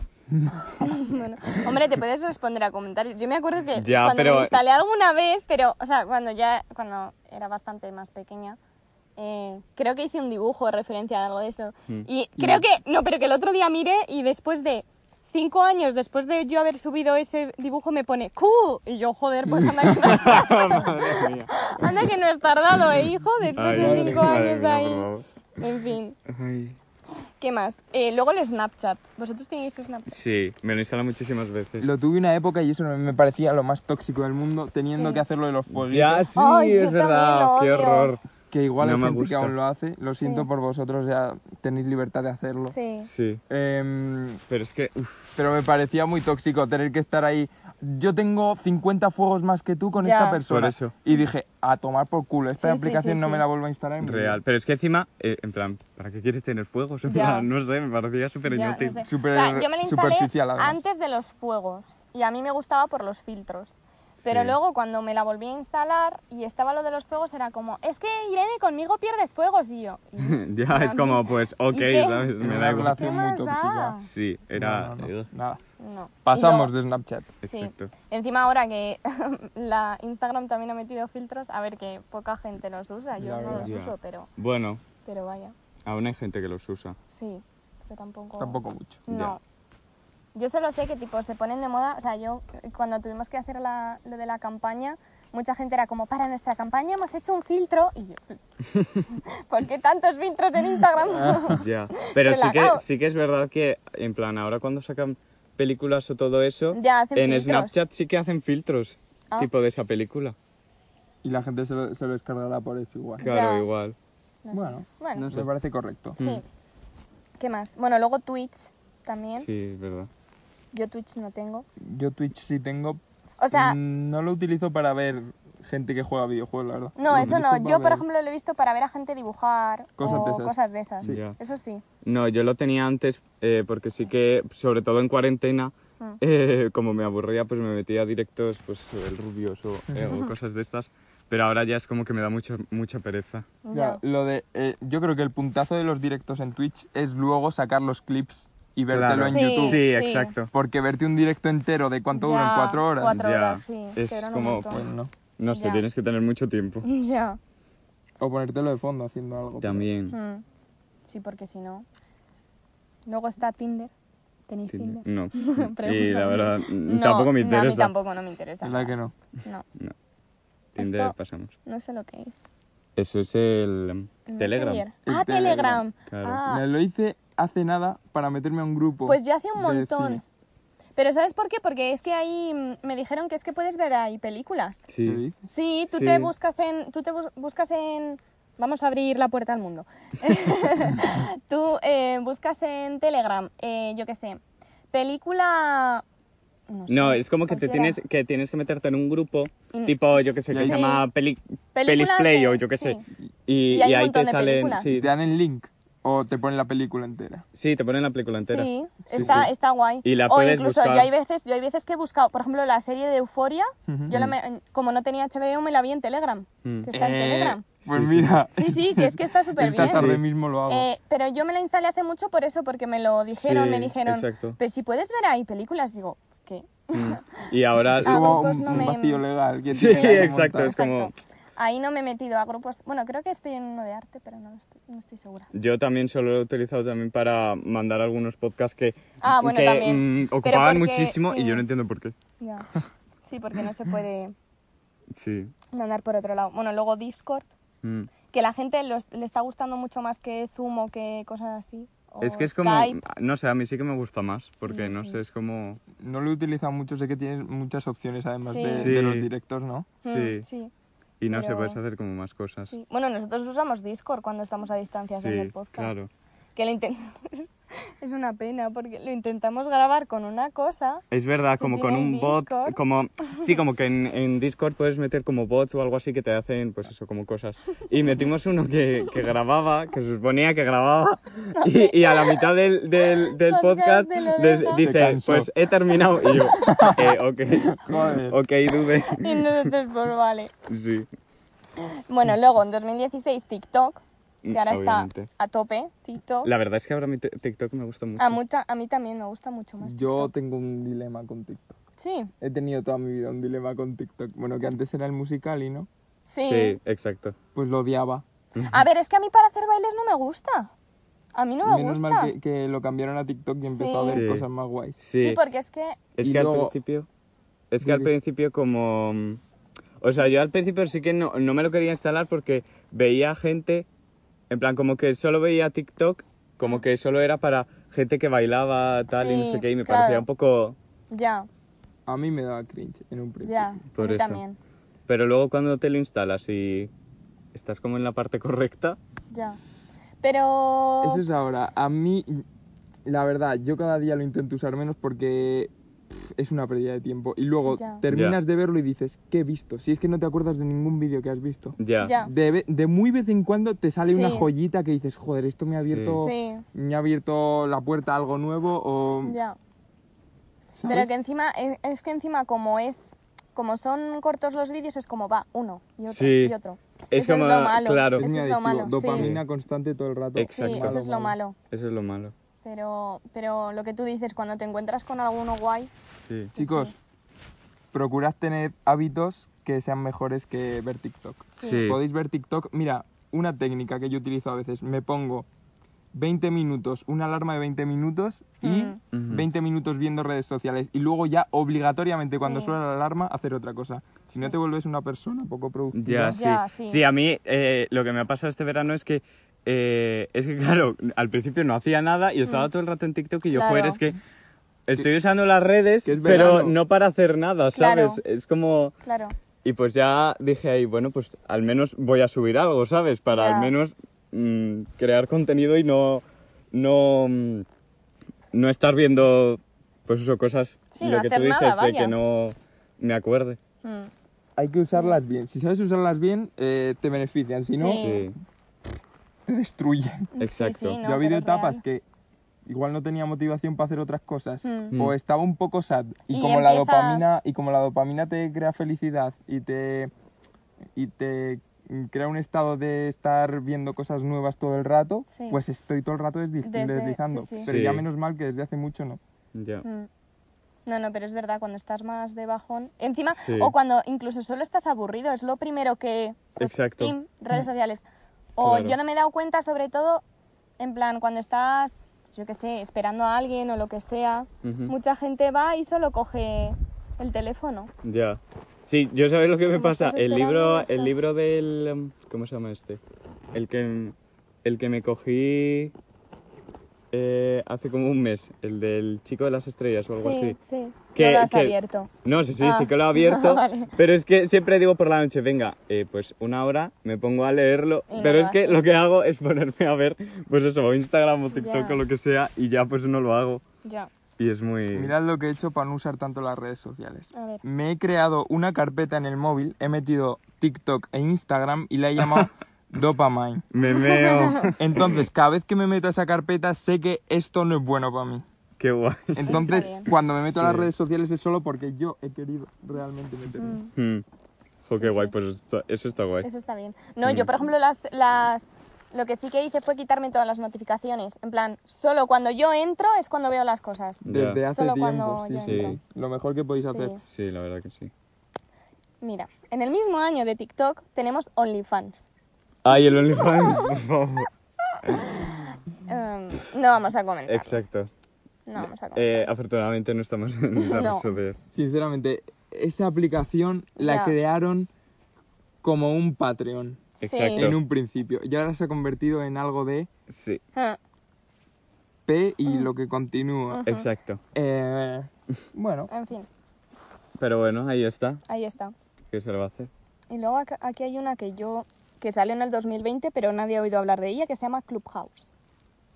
Speaker 2: Bueno, hombre, te puedes responder a comentarios. Yo me acuerdo que
Speaker 1: Ya,
Speaker 2: cuando
Speaker 1: pero-
Speaker 2: me instalé alguna vez, pero, o sea, cuando ya, cuando era bastante más pequeña, eh, creo que hice un dibujo de referencia a algo de eso.
Speaker 1: Mm.
Speaker 2: Y creo que, no, pero que el otro día miré y después de cinco años, después de yo haber subido ese dibujo, me pone ¡Cool! Y yo, joder, pues anda que no,
Speaker 1: madre mía.
Speaker 2: anda que no has tardado, eh, hijo, después
Speaker 1: Ay,
Speaker 2: de
Speaker 1: madre
Speaker 2: cinco
Speaker 1: mía, madre
Speaker 2: años
Speaker 1: mía,
Speaker 2: ahí.
Speaker 1: por favor.
Speaker 2: En fin. ¿Qué más? Eh, luego el Snapchat. ¿Vosotros tenéis Snapchat?
Speaker 1: Sí, me lo instala muchísimas veces.
Speaker 3: Lo tuve una época y eso me parecía lo más tóxico del mundo, teniendo
Speaker 2: Sí.
Speaker 3: que hacerlo de los fueguitos.
Speaker 1: Ya, sí,
Speaker 2: Ay, yo
Speaker 1: es verdad,
Speaker 2: también
Speaker 1: qué
Speaker 2: lo odio.
Speaker 1: horror.
Speaker 3: Que igual
Speaker 1: No
Speaker 3: hay
Speaker 1: me
Speaker 3: gente que
Speaker 1: gusta.
Speaker 3: aún lo hace. Lo
Speaker 2: Sí.
Speaker 3: siento por vosotros, ya tenéis libertad de hacerlo.
Speaker 2: Sí.
Speaker 1: Sí,
Speaker 3: Em,
Speaker 1: pero es que, uf,
Speaker 3: pero me parecía muy tóxico tener que estar ahí. Yo tengo 50 fuegos más que tú con
Speaker 2: Ya.
Speaker 3: esta persona.
Speaker 1: Por eso.
Speaker 3: Y dije, a tomar por culo. Esta
Speaker 2: Sí, sí,
Speaker 3: aplicación
Speaker 2: sí,
Speaker 3: no
Speaker 2: sí.
Speaker 3: me la vuelvo a instalar en mi vida".
Speaker 1: real. Pero es que encima, eh, en plan, ¿para qué quieres tener fuegos? En
Speaker 2: Ya.
Speaker 1: plan, no sé, me parecía súper
Speaker 2: Ya,
Speaker 1: inútil.
Speaker 2: no sé.
Speaker 3: Súper
Speaker 2: O sea, yo me la instalé
Speaker 3: superficial, además.
Speaker 2: antes de los fuegos y a mí me gustaba por los filtros. Pero
Speaker 1: Sí.
Speaker 2: luego cuando me la volví a instalar y estaba lo de los fuegos era como, es que Irene conmigo pierdes fuegos y yo. "¿Y
Speaker 1: ya, es como, pues, ok,
Speaker 2: qué?
Speaker 1: ¿sabes?
Speaker 3: Era
Speaker 1: Me
Speaker 3: una
Speaker 1: da igual.
Speaker 3: relación
Speaker 2: ¿Qué
Speaker 3: muy
Speaker 2: más
Speaker 3: tóxica.
Speaker 2: da?
Speaker 1: Sí, era...
Speaker 3: No, no, no,
Speaker 1: Ugh,
Speaker 3: nada.
Speaker 2: No.
Speaker 3: Pasamos
Speaker 2: Y
Speaker 3: de Snapchat.
Speaker 2: Sí.
Speaker 1: Exacto.
Speaker 2: Encima ahora que la Instagram también ha metido filtros, a ver que poca gente los usa, yo
Speaker 3: Ya,
Speaker 2: no los
Speaker 1: ya.
Speaker 2: uso, pero,
Speaker 1: Bueno,
Speaker 2: pero vaya,
Speaker 1: aún hay gente que los usa.
Speaker 2: sí, pero tampoco...
Speaker 3: Tampoco mucho.
Speaker 2: No. Yo solo sé que tipo se ponen de moda, o sea, yo eh, cuando tuvimos que hacer la- lo de la campaña, mucha gente era como, para nuestra campaña hemos hecho un filtro y yo, ¿por qué tantos filtros en Instagram?
Speaker 1: Ya, pero sí que,
Speaker 2: Relajado.
Speaker 1: sí que es verdad que, en plan, ahora cuando sacan películas o todo eso,
Speaker 2: Ya, hacen
Speaker 1: en
Speaker 2: filtros.
Speaker 1: Snapchat sí que hacen filtros,
Speaker 2: Ah.
Speaker 1: tipo de esa película.
Speaker 3: Y la gente se lo, se lo descargará por eso igual.
Speaker 1: Claro,
Speaker 2: Ya.
Speaker 1: igual.
Speaker 3: Bueno,
Speaker 2: Bueno.
Speaker 3: no me parece correcto.
Speaker 2: sí. ¿Qué más? Bueno, luego Twitch también.
Speaker 1: Sí, es verdad.
Speaker 2: Yo Twitch no tengo.
Speaker 3: Yo Twitch sí tengo.
Speaker 2: O sea,
Speaker 3: mm, no lo utilizo para ver gente que juega videojuegos, la verdad.
Speaker 2: no,
Speaker 3: Lo
Speaker 2: eso
Speaker 3: utilizo
Speaker 2: no.
Speaker 3: para
Speaker 2: Yo, por
Speaker 3: ver-
Speaker 2: ejemplo, lo he visto para ver a gente dibujar
Speaker 3: eh. Cosas
Speaker 2: o
Speaker 3: de esas.
Speaker 2: cosas de esas.
Speaker 1: Sí. Ya.
Speaker 2: Eso sí.
Speaker 1: No, yo lo tenía antes eh, porque sí que, sobre todo en cuarentena,
Speaker 2: Ah.
Speaker 1: eh, como me aburría, pues me metía a directos, pues, el rubios o, eh, o cosas de estas. Pero ahora ya es como que me da mucho, mucha pereza.
Speaker 3: Ya, lo de, eh, yo creo que el puntazo de los directos en Twitch es luego sacar los clips y vértelo
Speaker 1: Claro.
Speaker 3: en
Speaker 2: Sí.
Speaker 1: Sí,
Speaker 3: YouTube.
Speaker 2: sí.
Speaker 1: exacto.
Speaker 3: Porque verte un directo entero de cuánto
Speaker 2: Ya,
Speaker 3: duran, cuatro horas.
Speaker 2: Cuatro
Speaker 1: Ya.
Speaker 2: horas, sí.
Speaker 1: Es
Speaker 2: que duran un
Speaker 1: como,
Speaker 2: montón.
Speaker 3: Pues no.
Speaker 1: No sé,
Speaker 2: Ya.
Speaker 1: tienes que tener mucho tiempo.
Speaker 2: Ya.
Speaker 3: O ponértelo de fondo haciendo algo.
Speaker 1: También.
Speaker 2: Mm. Sí, porque si no. Luego está Tinder. ¿Tenéis Tinder?
Speaker 1: No. y
Speaker 2: Pregúntame.
Speaker 1: la verdad,
Speaker 2: No,
Speaker 1: Mm, tampoco me
Speaker 2: No, a mí
Speaker 1: interesa.
Speaker 2: tampoco no me interesa.
Speaker 3: ¿Verdad que no?
Speaker 2: No,
Speaker 1: Tinder,
Speaker 2: Esto-
Speaker 1: pasamos.
Speaker 2: no sé lo que es.
Speaker 1: Eso es el em,
Speaker 2: El
Speaker 1: Telegram.
Speaker 2: Messenger.
Speaker 3: El
Speaker 2: Ah, Telegram.
Speaker 3: Telegram,
Speaker 1: claro.
Speaker 2: Ah,
Speaker 3: Me lo hice hace nada para meterme a un grupo.
Speaker 2: pues yo hace un
Speaker 3: de
Speaker 2: montón.
Speaker 3: cine.
Speaker 2: Pero ¿sabes por qué? Porque es que ahí mm, me dijeron que es que puedes ver ahí películas.
Speaker 1: Sí.
Speaker 3: ¿Qué dices?
Speaker 2: Sí, tú
Speaker 1: Sí.
Speaker 2: te buscas en tú te bus- buscas en Vamos a abrir la puerta al mundo. Tú eh, buscas en Telegram, eh, yo qué sé, película... sé,
Speaker 1: No, es como que te
Speaker 2: cualquiera.
Speaker 1: tienes que, tienes que meterte en un grupo,
Speaker 2: Y-
Speaker 1: tipo, yo que sé, que
Speaker 3: Sí.
Speaker 1: se llama peli, Pelis
Speaker 2: Películas
Speaker 1: Play
Speaker 2: de-
Speaker 1: o yo que sé.
Speaker 2: Y
Speaker 1: Y,
Speaker 2: hay
Speaker 1: y
Speaker 2: un
Speaker 1: ahí
Speaker 2: montón
Speaker 1: te
Speaker 2: de
Speaker 1: salen.
Speaker 2: películas.
Speaker 1: Sí,
Speaker 3: Te dan el link o te ponen la película entera.
Speaker 1: sí, te ponen la película entera.
Speaker 2: Sí,
Speaker 3: Sí,
Speaker 2: está,
Speaker 3: sí.
Speaker 2: está guay.
Speaker 1: Y la
Speaker 2: o
Speaker 1: puedes
Speaker 2: incluso
Speaker 1: buscar.
Speaker 2: yo hay veces, yo hay veces que he buscado, por ejemplo, la serie de Euforia, yo la me- como no tenía HBO me la vi en Telegram,
Speaker 1: Mm.
Speaker 2: que está en Telegram.
Speaker 3: Pues
Speaker 1: Sí, sí.
Speaker 3: mira,
Speaker 2: Sí, sí, que es que está súper
Speaker 3: esta
Speaker 2: bien.
Speaker 3: tarde mismo lo hago.
Speaker 2: Eh, pero yo me la instalé hace mucho por eso, porque me lo dijeron,
Speaker 1: Sí,
Speaker 2: me dijeron,
Speaker 1: exacto.
Speaker 2: pero si puedes ver ahí películas, digo, ¿qué?
Speaker 1: Mm. Y ahora.
Speaker 3: es
Speaker 2: a
Speaker 3: como
Speaker 2: grupos Ah, pues
Speaker 3: un,
Speaker 2: no
Speaker 3: un
Speaker 2: me-
Speaker 3: vacío legal. que
Speaker 1: Sí,
Speaker 3: tiene que
Speaker 1: exacto,
Speaker 3: montar.
Speaker 1: es como-
Speaker 2: Ahí no me he metido a grupos. Bueno, creo que estoy en uno de arte, pero no estoy, no estoy segura.
Speaker 1: Yo también solo lo he utilizado también para mandar algunos podcasts que,
Speaker 2: Ah, bueno,
Speaker 1: que,
Speaker 2: también.
Speaker 1: mm,
Speaker 2: Pero
Speaker 1: ocupaban
Speaker 2: porque-
Speaker 1: muchísimo
Speaker 2: sí.
Speaker 1: y yo no entiendo por qué.
Speaker 2: Ya. Sí, porque no se puede
Speaker 1: Sí.
Speaker 2: mandar por otro lado. Bueno, luego Discord,
Speaker 1: Mm.
Speaker 2: que la gente los- le está gustando mucho más que Zoom o que cosas así. o
Speaker 1: Es que es
Speaker 2: Skype.
Speaker 1: como, ah, no sé, a mí sí que me gusta más, porque
Speaker 2: No
Speaker 1: no,
Speaker 2: sé.
Speaker 1: sé, es como...
Speaker 3: No lo he utilizado mucho, sé que tienes muchas opciones además
Speaker 2: Sí.
Speaker 3: de,
Speaker 1: Sí.
Speaker 3: de los directos, ¿no?
Speaker 2: Mm,
Speaker 1: sí.
Speaker 2: sí,
Speaker 1: Y no sé,
Speaker 2: Pero-
Speaker 1: puedes hacer como más cosas.
Speaker 2: sí. Bueno, nosotros usamos Discord cuando estamos a distancia haciendo
Speaker 1: Sí,
Speaker 2: el podcast.
Speaker 1: claro.
Speaker 2: Que lo intentamos. Es una pena porque lo intentamos grabar con una cosa.
Speaker 1: Es verdad, como con
Speaker 2: tiene
Speaker 1: un bot,
Speaker 2: Discord.
Speaker 1: como... Sí, como que en, en Discord puedes meter como bots o algo así que te hacen, pues eso, como cosas. Y metimos uno que, que grababa, que se suponía que grababa, y, y a la mitad del, del, del podcast
Speaker 2: Podcast de la
Speaker 1: de-
Speaker 2: deja.
Speaker 3: Se
Speaker 1: dice,
Speaker 3: cansó.
Speaker 1: pues he terminado, y yo, "Eh, ok,
Speaker 3: Joder.
Speaker 1: ok, dude.
Speaker 2: Y nosotros, pues vale.
Speaker 1: Sí.
Speaker 2: Bueno, luego en 2016 TikTok, que ahora
Speaker 1: Obviamente.
Speaker 2: está a tope, TikTok.
Speaker 1: La verdad es que ahora mi t- TikTok me gusta mucho. Mm.
Speaker 2: A, mucha, a mí también me gusta mucho más.
Speaker 3: Yo tengo un dilema con TikTok.
Speaker 2: Sí,
Speaker 3: He tenido toda mi vida un dilema con TikTok. Bueno, que antes era el musical y no,
Speaker 2: sí.
Speaker 1: Sí, exacto.
Speaker 3: pues lo odiaba.
Speaker 2: A ver, es que a mí para hacer bailes no me gusta. A mí no me
Speaker 3: Menos
Speaker 2: gusta.
Speaker 3: mal que, que lo cambiaron a TikTok y empezó a
Speaker 2: Sí.
Speaker 3: ver
Speaker 1: Sí.
Speaker 3: cosas más guays.
Speaker 1: Sí,
Speaker 2: Sí, porque es que...
Speaker 1: es
Speaker 3: Y
Speaker 1: que al
Speaker 3: luego-
Speaker 1: principio. Es que al
Speaker 3: Dime.
Speaker 1: principio, como. mm, O sea, yo al principio sí que no, no me lo quería instalar porque veía gente. En plan, como que solo veía TikTok, como que solo era para gente que bailaba, tal y no
Speaker 2: Sí,
Speaker 1: sé qué, y me
Speaker 2: claro.
Speaker 1: parecía un poco.
Speaker 2: Ya,
Speaker 3: A mí me daba cringe en un principio.
Speaker 2: ya.
Speaker 1: Por
Speaker 2: a mí
Speaker 1: eso.
Speaker 2: también.
Speaker 1: Pero luego cuando te lo instalas y. Estás como en la parte correcta.
Speaker 2: Ya. Pero...
Speaker 3: Eso es ahora. A mí, la verdad, yo cada día lo intento usar menos porque pff, es una pérdida de tiempo. Y luego
Speaker 2: Ya.
Speaker 3: terminas de verlo y dices, ¿qué he visto? Si es que no te acuerdas de ningún vídeo que has visto.
Speaker 1: Ya.
Speaker 2: Ya.
Speaker 3: De, ve- de muy vez en cuando te sale una
Speaker 2: Sí.
Speaker 3: joyita que dices, joder, esto me ha abierto,
Speaker 2: Sí.
Speaker 3: me ha abierto la puerta a algo nuevo o...
Speaker 2: Ya.
Speaker 3: ¿sabes?
Speaker 2: Pero que encima, es, es que encima como es, como son cortos los vídeos, es como va, uno y otro
Speaker 1: Sí.
Speaker 2: y otro.
Speaker 1: Es
Speaker 2: eso
Speaker 1: como-
Speaker 2: es lo malo.
Speaker 1: claro.
Speaker 2: Eso
Speaker 3: muy
Speaker 2: es lo
Speaker 3: adictivo,
Speaker 2: malo.
Speaker 3: Dopamina constante todo el rato.
Speaker 2: Sí, sí
Speaker 1: Exacto.
Speaker 2: eso es lo malo.
Speaker 1: Eso es lo malo.
Speaker 2: Pero, pero lo que tú dices, cuando te encuentras con alguno guay,
Speaker 1: Sí.
Speaker 3: Chicos,
Speaker 2: Sí.
Speaker 3: procurad tener hábitos que sean mejores que ver TikTok.
Speaker 2: sí.
Speaker 1: Sí.
Speaker 3: Podéis ver TikTok. Mira, una técnica que yo utilizo a veces. Me pongo 20 minutos, una alarma de 20 minutos y
Speaker 2: Mm.
Speaker 3: 20 minutos viendo redes sociales. Y luego ya obligatoriamente cuando
Speaker 2: Sí.
Speaker 3: suena la alarma hacer otra cosa. Si no te vuelves una persona poco productiva.
Speaker 1: Ya,
Speaker 2: sí.
Speaker 1: sí.
Speaker 2: Ya, sí.
Speaker 1: sí. a mí eh, lo que me ha pasado este verano es que, eh, es que claro, al principio no hacía nada y estaba todo el rato en TikTok y yo,
Speaker 2: Mm. Claro.
Speaker 1: joder, es que estoy usando las redes,
Speaker 3: que es verano.
Speaker 1: pero no para hacer nada, ¿sabes?
Speaker 2: Claro.
Speaker 1: Es como...
Speaker 2: Claro.
Speaker 1: Y pues ya dije ahí, bueno, pues al menos voy a subir algo, ¿sabes? Para
Speaker 2: Ya.
Speaker 1: al menos mm, crear contenido y no... no mm, no estar viendo, pues eso, cosas...
Speaker 2: Sí,
Speaker 1: lo
Speaker 2: no
Speaker 1: que tú
Speaker 2: hacer
Speaker 1: dices,
Speaker 2: nada,
Speaker 1: de
Speaker 2: vaya.
Speaker 1: que no me acuerde.
Speaker 2: Mm.
Speaker 3: Hay que usarlas bien. Si sabes usarlas bien, eh, te benefician. Si no,
Speaker 2: Sí.
Speaker 1: Sí,
Speaker 3: te destruyen.
Speaker 1: exacto.
Speaker 2: Sí, sí, no,
Speaker 3: Yo ha habido
Speaker 2: pero es real.
Speaker 3: etapas que igual no tenía motivación para hacer otras cosas
Speaker 2: Mm.
Speaker 3: o estaba un poco sad y,
Speaker 2: Y
Speaker 3: como la
Speaker 2: empiezas-
Speaker 3: dopamina y como la dopamina te crea felicidad y te y te crea un estado de estar viendo cosas nuevas todo el rato,
Speaker 2: Sí.
Speaker 3: pues estoy todo el rato desdi-
Speaker 2: Desde-
Speaker 3: deslizando,
Speaker 2: sí, sí.
Speaker 3: pero ya
Speaker 1: Sí.
Speaker 3: menos mal que desde hace mucho no.
Speaker 1: Ya.
Speaker 2: Mm. No, no, pero es verdad, cuando estás más de bajón. Encima,
Speaker 1: Sí.
Speaker 2: o cuando incluso solo estás aburrido, es lo primero que. pues,
Speaker 1: Exacto. Mm.
Speaker 2: pim, redes sociales. O
Speaker 1: Claro.
Speaker 2: yo no me he dado cuenta, sobre todo, en plan, cuando estás, yo qué sé, esperando a alguien o lo que sea,
Speaker 1: Ujú.
Speaker 2: mucha gente va y solo coge el teléfono.
Speaker 1: Ya. Sí, yo sabéis lo que me
Speaker 2: Como
Speaker 1: pasa.
Speaker 2: estás
Speaker 1: El
Speaker 2: esperando,
Speaker 1: libro,
Speaker 2: está.
Speaker 1: el libro del... um, ¿Cómo se llama este? El que, el que me cogí... eh, hace como un mes, el del chico de las estrellas o algo
Speaker 2: sí,
Speaker 1: así.
Speaker 2: sí.
Speaker 1: Que-
Speaker 2: no lo has
Speaker 1: que-
Speaker 2: abierto.
Speaker 1: No, sí, sí,
Speaker 2: Ah,
Speaker 1: sí que lo he abierto.
Speaker 2: vale.
Speaker 1: Pero es que siempre digo por la noche, venga, eh, pues una hora me pongo a leerlo.
Speaker 2: Y pues no
Speaker 1: pero
Speaker 2: lo
Speaker 1: es que
Speaker 2: haces.
Speaker 1: lo que hago es ponerme a ver, pues eso, o Instagram o TikTok
Speaker 2: Ya.
Speaker 1: o lo que sea, y ya pues no lo hago.
Speaker 2: Ya.
Speaker 1: Y es muy.
Speaker 3: Mirad lo que he hecho para no usar tanto las redes sociales.
Speaker 2: A ver.
Speaker 3: Me he creado una carpeta en el móvil, he metido TikTok e Instagram y la he llamado Dopamine.
Speaker 1: Me meo.
Speaker 3: Entonces, cada vez que me meto a esa carpeta, sé que esto no es bueno para mí.
Speaker 1: Qué guay.
Speaker 3: Entonces,
Speaker 2: bien.
Speaker 3: cuando me meto a las
Speaker 1: Sí.
Speaker 3: redes sociales es solo porque yo he querido realmente meterme.
Speaker 1: Mm. Jo, qué
Speaker 2: Sí,
Speaker 1: guay,
Speaker 2: sí.
Speaker 1: pues esto- eso está guay.
Speaker 2: Eso está bien. No,
Speaker 1: Mm.
Speaker 2: yo, por ejemplo, las, las... Lo que sí que hice fue quitarme todas las notificaciones. En plan, solo cuando yo entro es cuando veo las cosas.
Speaker 3: Desde
Speaker 1: Ya.
Speaker 3: hace
Speaker 2: Solo
Speaker 3: tiempo.
Speaker 2: cuando ya
Speaker 1: Sí.
Speaker 2: entro.
Speaker 3: Lo mejor que podéis
Speaker 2: Sí.
Speaker 3: hacer.
Speaker 1: Sí, la verdad que sí.
Speaker 2: Mira, en el mismo año de TikTok tenemos OnlyFans.
Speaker 1: Ay, el OnlyFans, por favor.
Speaker 2: Em, no vamos a comentar.
Speaker 1: Exacto.
Speaker 2: No vamos a comentar.
Speaker 1: Eh, afortunadamente no estamos en esa
Speaker 2: No.
Speaker 1: red social.
Speaker 3: Sinceramente, esa aplicación la
Speaker 2: Ya.
Speaker 3: crearon como un Patreon
Speaker 1: exacto.
Speaker 2: Sí.
Speaker 3: en un principio y ahora se ha convertido en algo de
Speaker 1: Sí,
Speaker 2: Ah,
Speaker 3: P y lo que continúa.
Speaker 1: exacto.
Speaker 3: Eh, bueno,
Speaker 2: En fin,
Speaker 1: Pero bueno, ahí está.
Speaker 2: ahí está.
Speaker 1: ¿Qué se lo va a hacer?
Speaker 2: Y luego acá- aquí hay una que yo... Que salió en el 2020, pero nadie ha oído hablar de ella, que se llama Clubhouse.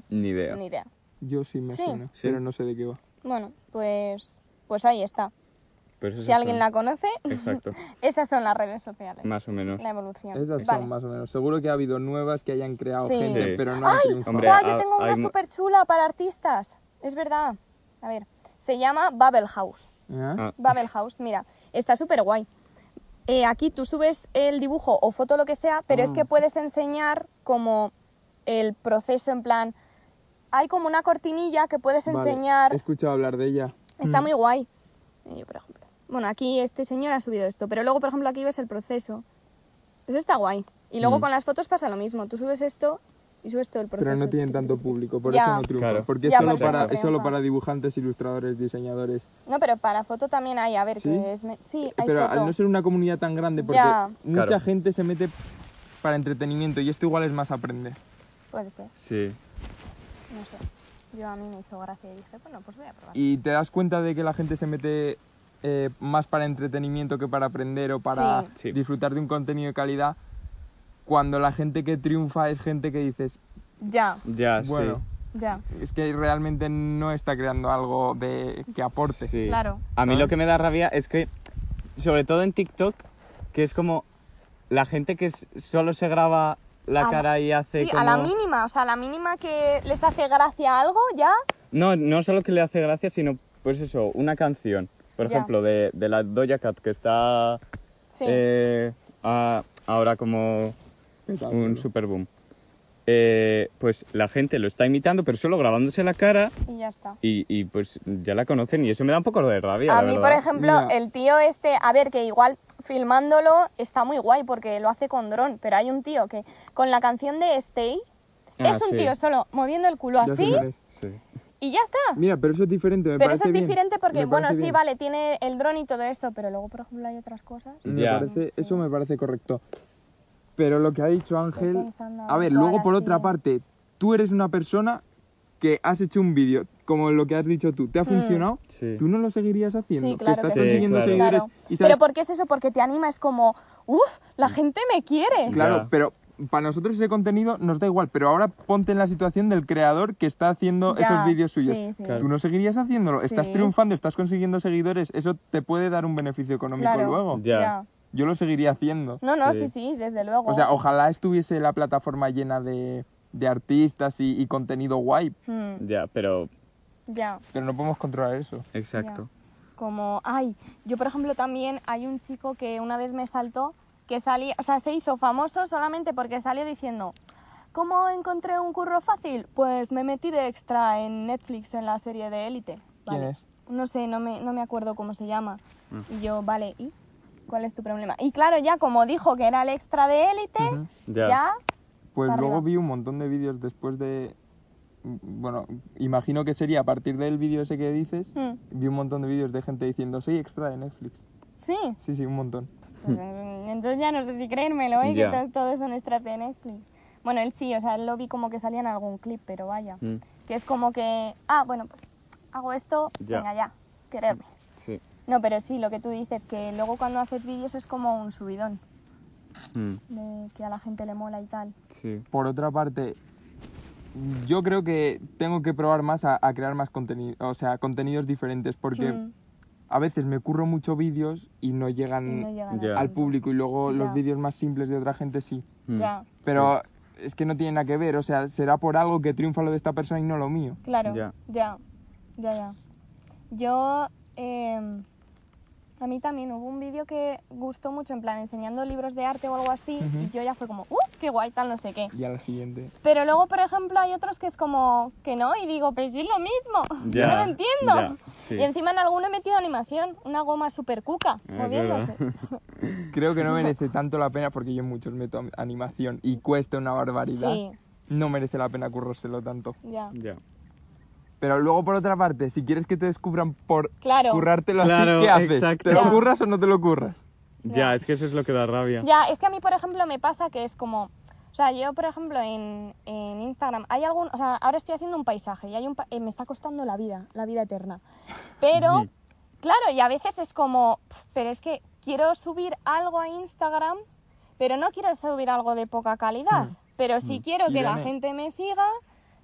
Speaker 1: Ni idea.
Speaker 2: Ni idea.
Speaker 3: yo sí me
Speaker 2: Sí.
Speaker 3: suena,
Speaker 1: Sí.
Speaker 3: pero no sé de qué va.
Speaker 2: Bueno, pues... Pues ahí está.
Speaker 1: Pues esas
Speaker 2: Si alguien
Speaker 1: son-
Speaker 2: la conoce,
Speaker 1: Exacto,
Speaker 2: esas son las redes sociales.
Speaker 1: más o menos.
Speaker 2: La evolución.
Speaker 3: Esas
Speaker 2: Vale.
Speaker 3: son más o menos. Seguro que ha habido nuevas que hayan creado
Speaker 2: Sí.
Speaker 3: gente,
Speaker 1: Sí.
Speaker 3: pero no han triunfado.
Speaker 1: hombre,
Speaker 2: Guau, yo
Speaker 1: ha-
Speaker 2: tengo una
Speaker 1: hay mu-
Speaker 2: súper chula para artistas. Es verdad. A ver, se llama Babel House.
Speaker 3: ¿Eh?
Speaker 1: Ah,
Speaker 2: Babel House, mira, está súper guay. Eh, aquí tú subes el dibujo o foto, lo que sea, pero
Speaker 3: Ah.
Speaker 2: es que puedes enseñar como el proceso en plan. Hay como una cortinilla que puedes
Speaker 3: Vale, Mm.
Speaker 2: enseñar.
Speaker 3: He escuchado hablar de ella.
Speaker 2: Está muy guay. Y yo, por ejemplo. Bueno, aquí este señor ha subido esto, pero luego, por ejemplo, aquí ves el proceso. Eso está guay. Y luego
Speaker 1: Mm.
Speaker 2: con las fotos pasa lo mismo. Tú subes esto y subes todo el proceso.
Speaker 3: Pero no tienen tanto público, por
Speaker 2: Ya.
Speaker 3: eso no triunfan.
Speaker 1: Claro.
Speaker 3: Porque es
Speaker 2: Ya,
Speaker 3: solo,
Speaker 2: por eso no
Speaker 3: para, es solo
Speaker 2: triunfan.
Speaker 3: para dibujantes, ilustradores, diseñadores.
Speaker 2: No, pero para foto también hay, a ver,
Speaker 3: ¿Sí?
Speaker 2: que es... me- Sí, hay
Speaker 3: Pero
Speaker 2: foto.
Speaker 3: al no ser una comunidad tan grande, porque
Speaker 2: Ya.
Speaker 3: mucha
Speaker 1: Claro.
Speaker 3: gente se mete para entretenimiento y esto igual es más aprender.
Speaker 2: Puede ser,
Speaker 1: sí,
Speaker 2: no sé. Yo a mí me hizo gracia y dije, bueno, pues voy a probar.
Speaker 3: Y te das cuenta de que la gente se mete eh, más para entretenimiento que para aprender o para
Speaker 2: Sí.
Speaker 1: Sí.
Speaker 3: disfrutar de un contenido de calidad. Cuando la gente que triunfa es gente que dices,
Speaker 2: Ya,
Speaker 1: ya,
Speaker 3: bueno,
Speaker 2: ya,
Speaker 3: es que realmente no está creando algo de, que aporte.
Speaker 1: sí. sí.
Speaker 2: Claro.
Speaker 1: A mí
Speaker 3: ¿Sabes?
Speaker 1: lo que me da rabia es que, sobre todo en TikTok, que es como la gente que s- solo se graba la
Speaker 2: A-
Speaker 1: cara y hace
Speaker 2: Sí,
Speaker 1: como...
Speaker 2: a la mínima, o sea, a la mínima que les hace gracia algo, ya...
Speaker 1: No, no solo que le hace gracia, sino, pues eso, una canción. Por
Speaker 2: Ya.
Speaker 1: ejemplo, de, de la Doja Cat, que está
Speaker 2: Sí,
Speaker 1: eh, a- ahora como un super boom. pues la gente lo está imitando, pero solo grabándose la cara
Speaker 2: y ya está.
Speaker 1: y, y, pues ya la conocen y eso me da un poco de rabia.
Speaker 2: A
Speaker 1: la
Speaker 2: mí,
Speaker 1: verdad.
Speaker 2: por ejemplo,
Speaker 3: Mira.
Speaker 2: el tío este, a ver, que igual filmándolo está muy guay porque lo hace con dron, pero hay un tío que con la canción de Stay
Speaker 1: Ah,
Speaker 2: es un
Speaker 1: sí.
Speaker 2: tío solo moviendo el culo
Speaker 3: Ya sé
Speaker 2: así
Speaker 3: cuál es.
Speaker 1: Sí.
Speaker 2: y ya está.
Speaker 3: Mira, pero eso es diferente. me
Speaker 2: pero eso
Speaker 3: parece
Speaker 2: es
Speaker 3: bien.
Speaker 2: diferente porque,
Speaker 3: Me
Speaker 2: bueno,
Speaker 3: parece
Speaker 2: sí,
Speaker 3: bien.
Speaker 2: vale, tiene el dron y todo eso, pero luego, por ejemplo, hay otras cosas.
Speaker 3: Me
Speaker 1: Ya.
Speaker 3: parece- eso me parece correcto. Pero lo que ha dicho Ángel...
Speaker 2: pensando
Speaker 3: A ver,
Speaker 2: todas
Speaker 3: luego por
Speaker 2: las
Speaker 3: otra
Speaker 2: que-
Speaker 3: parte, tú eres una persona que has hecho un vídeo, como lo que has dicho tú, ¿te ha funcionado?
Speaker 1: Sí.
Speaker 3: ¿Tú no lo seguirías haciendo?
Speaker 2: Mm. Sí,
Speaker 3: Que
Speaker 2: claro
Speaker 3: estás
Speaker 2: que
Speaker 1: sí.
Speaker 3: consiguiendo
Speaker 1: Sí, claro.
Speaker 3: seguidores
Speaker 2: Claro.
Speaker 3: y sabes... Mm.
Speaker 2: Pero ¿por qué es eso? Porque te anima, es como, uff, la gente me quiere.
Speaker 3: Claro,
Speaker 1: Ya.
Speaker 3: pero para nosotros ese contenido nos da igual, pero ahora ponte en la situación del creador que está haciendo
Speaker 2: Ya,
Speaker 3: esos vídeos
Speaker 2: sí,
Speaker 3: suyos.
Speaker 2: sí.
Speaker 1: Claro.
Speaker 3: Tú no seguirías haciéndolo, estás
Speaker 2: Sí.
Speaker 3: triunfando, estás consiguiendo seguidores, eso te puede dar un beneficio económico
Speaker 2: Claro.
Speaker 3: luego.
Speaker 1: Ya.
Speaker 3: Yo lo seguiría haciendo.
Speaker 2: No, no,
Speaker 1: Sí.
Speaker 2: sí. sí, desde luego.
Speaker 3: O sea, ojalá estuviese la plataforma llena de, de artistas y, y contenido guay,
Speaker 2: Mm,
Speaker 1: Ya, pero
Speaker 2: ya.
Speaker 3: pero no podemos controlar eso.
Speaker 1: exacto.
Speaker 2: Como, ay, yo por ejemplo también hay un chico que una vez me saltó, que salía, o sea, se hizo famoso solamente porque salió diciendo, ¿cómo encontré un curro fácil? Pues me metí de extra en Netflix en la serie de Élite.
Speaker 3: ¿Quién
Speaker 2: Vale.
Speaker 3: es? Mm.
Speaker 2: No sé, no me, no me acuerdo cómo se llama. Y yo, vale, ¿y cuál es tu problema? Y claro, ya como dijo que era el extra de Élite,
Speaker 1: Ya.
Speaker 2: ya,
Speaker 3: Pues
Speaker 2: Para
Speaker 3: luego
Speaker 2: arriba.
Speaker 3: vi un montón de vídeos después de... mm, Bueno, imagino que sería a partir del vídeo ese que dices,
Speaker 2: Mm.
Speaker 3: vi un montón de vídeos de gente diciendo, soy extra de Netflix.
Speaker 2: sí.
Speaker 3: Sí, sí, un montón.
Speaker 2: Pues, mm, Entonces ya no sé si creérmelo, ¿eh?
Speaker 1: Ya.
Speaker 2: Que to- todos son extras de Netflix. Bueno, él sí, o sea, él lo vi como que salía en algún clip, pero vaya.
Speaker 1: Mm.
Speaker 2: que es como que, ah, bueno, pues hago esto,
Speaker 1: Ya.
Speaker 2: venga ya, quererme.
Speaker 1: Sí.
Speaker 2: No, pero sí, lo que tú dices, que luego cuando haces vídeos es como un subidón,
Speaker 1: Mm,
Speaker 2: de que a la gente le mola y tal.
Speaker 1: sí.
Speaker 3: Por otra parte, yo creo que tengo que probar más a, a crear más contenido, o sea, contenidos diferentes, porque
Speaker 2: Mm.
Speaker 3: a veces me curro mucho vídeos y no llegan,
Speaker 2: Y no llegan a
Speaker 1: Ya.
Speaker 3: al
Speaker 2: tanto.
Speaker 3: público y luego
Speaker 2: Ya.
Speaker 3: los vídeos más simples de otra gente sí.
Speaker 1: Mm.
Speaker 2: Ya,
Speaker 3: Pero es que no tiene nada que ver, o sea, será por algo que triunfa lo de esta persona y no lo mío.
Speaker 2: claro.
Speaker 1: Ya.
Speaker 2: Ya, ya, ya. Yo, eh, a mí también hubo un vídeo que gustó mucho, en plan, enseñando libros de arte o algo así, y yo ya fue como, ¡uh, qué guay, tal, no sé qué!
Speaker 3: Y a la siguiente.
Speaker 2: Pero luego, por ejemplo, hay otros que es como que no, y digo, pero si es lo mismo,
Speaker 1: Ya,
Speaker 2: yo no lo entiendo.
Speaker 1: ya, sí. Ah,
Speaker 2: Y encima en alguno he metido animación, una goma super cuca,
Speaker 1: Es
Speaker 2: moviéndose.
Speaker 1: verdad.
Speaker 3: Creo que no merece tanto la pena porque yo en muchos meto am- animación y cuesta una barbaridad.
Speaker 2: Sí.
Speaker 3: No merece la pena currárselo tanto.
Speaker 2: Ya.
Speaker 1: Ya.
Speaker 3: Pero luego, por otra parte, si quieres que te descubran por
Speaker 2: Claro.
Speaker 3: currártelo
Speaker 1: Claro,
Speaker 3: así, ¿qué haces?
Speaker 1: exacto.
Speaker 3: ¿Te lo
Speaker 2: Ya.
Speaker 3: curras o no te lo curras?
Speaker 1: Ya, es que eso es lo que da rabia.
Speaker 2: Ya, es que a mí, por ejemplo, me pasa que es como. O sea, yo, por ejemplo, en, en Instagram, hay algún. O sea, ahora estoy haciendo un paisaje y hay un. pa- eh, me está costando la vida, la vida eterna. Pero, claro, y a veces es como. "Pf, Pero es que quiero subir algo a Instagram, pero no quiero subir algo de poca calidad. Pero sí quiero
Speaker 3: Mm. Y
Speaker 2: que la
Speaker 3: gané.
Speaker 2: gente me siga,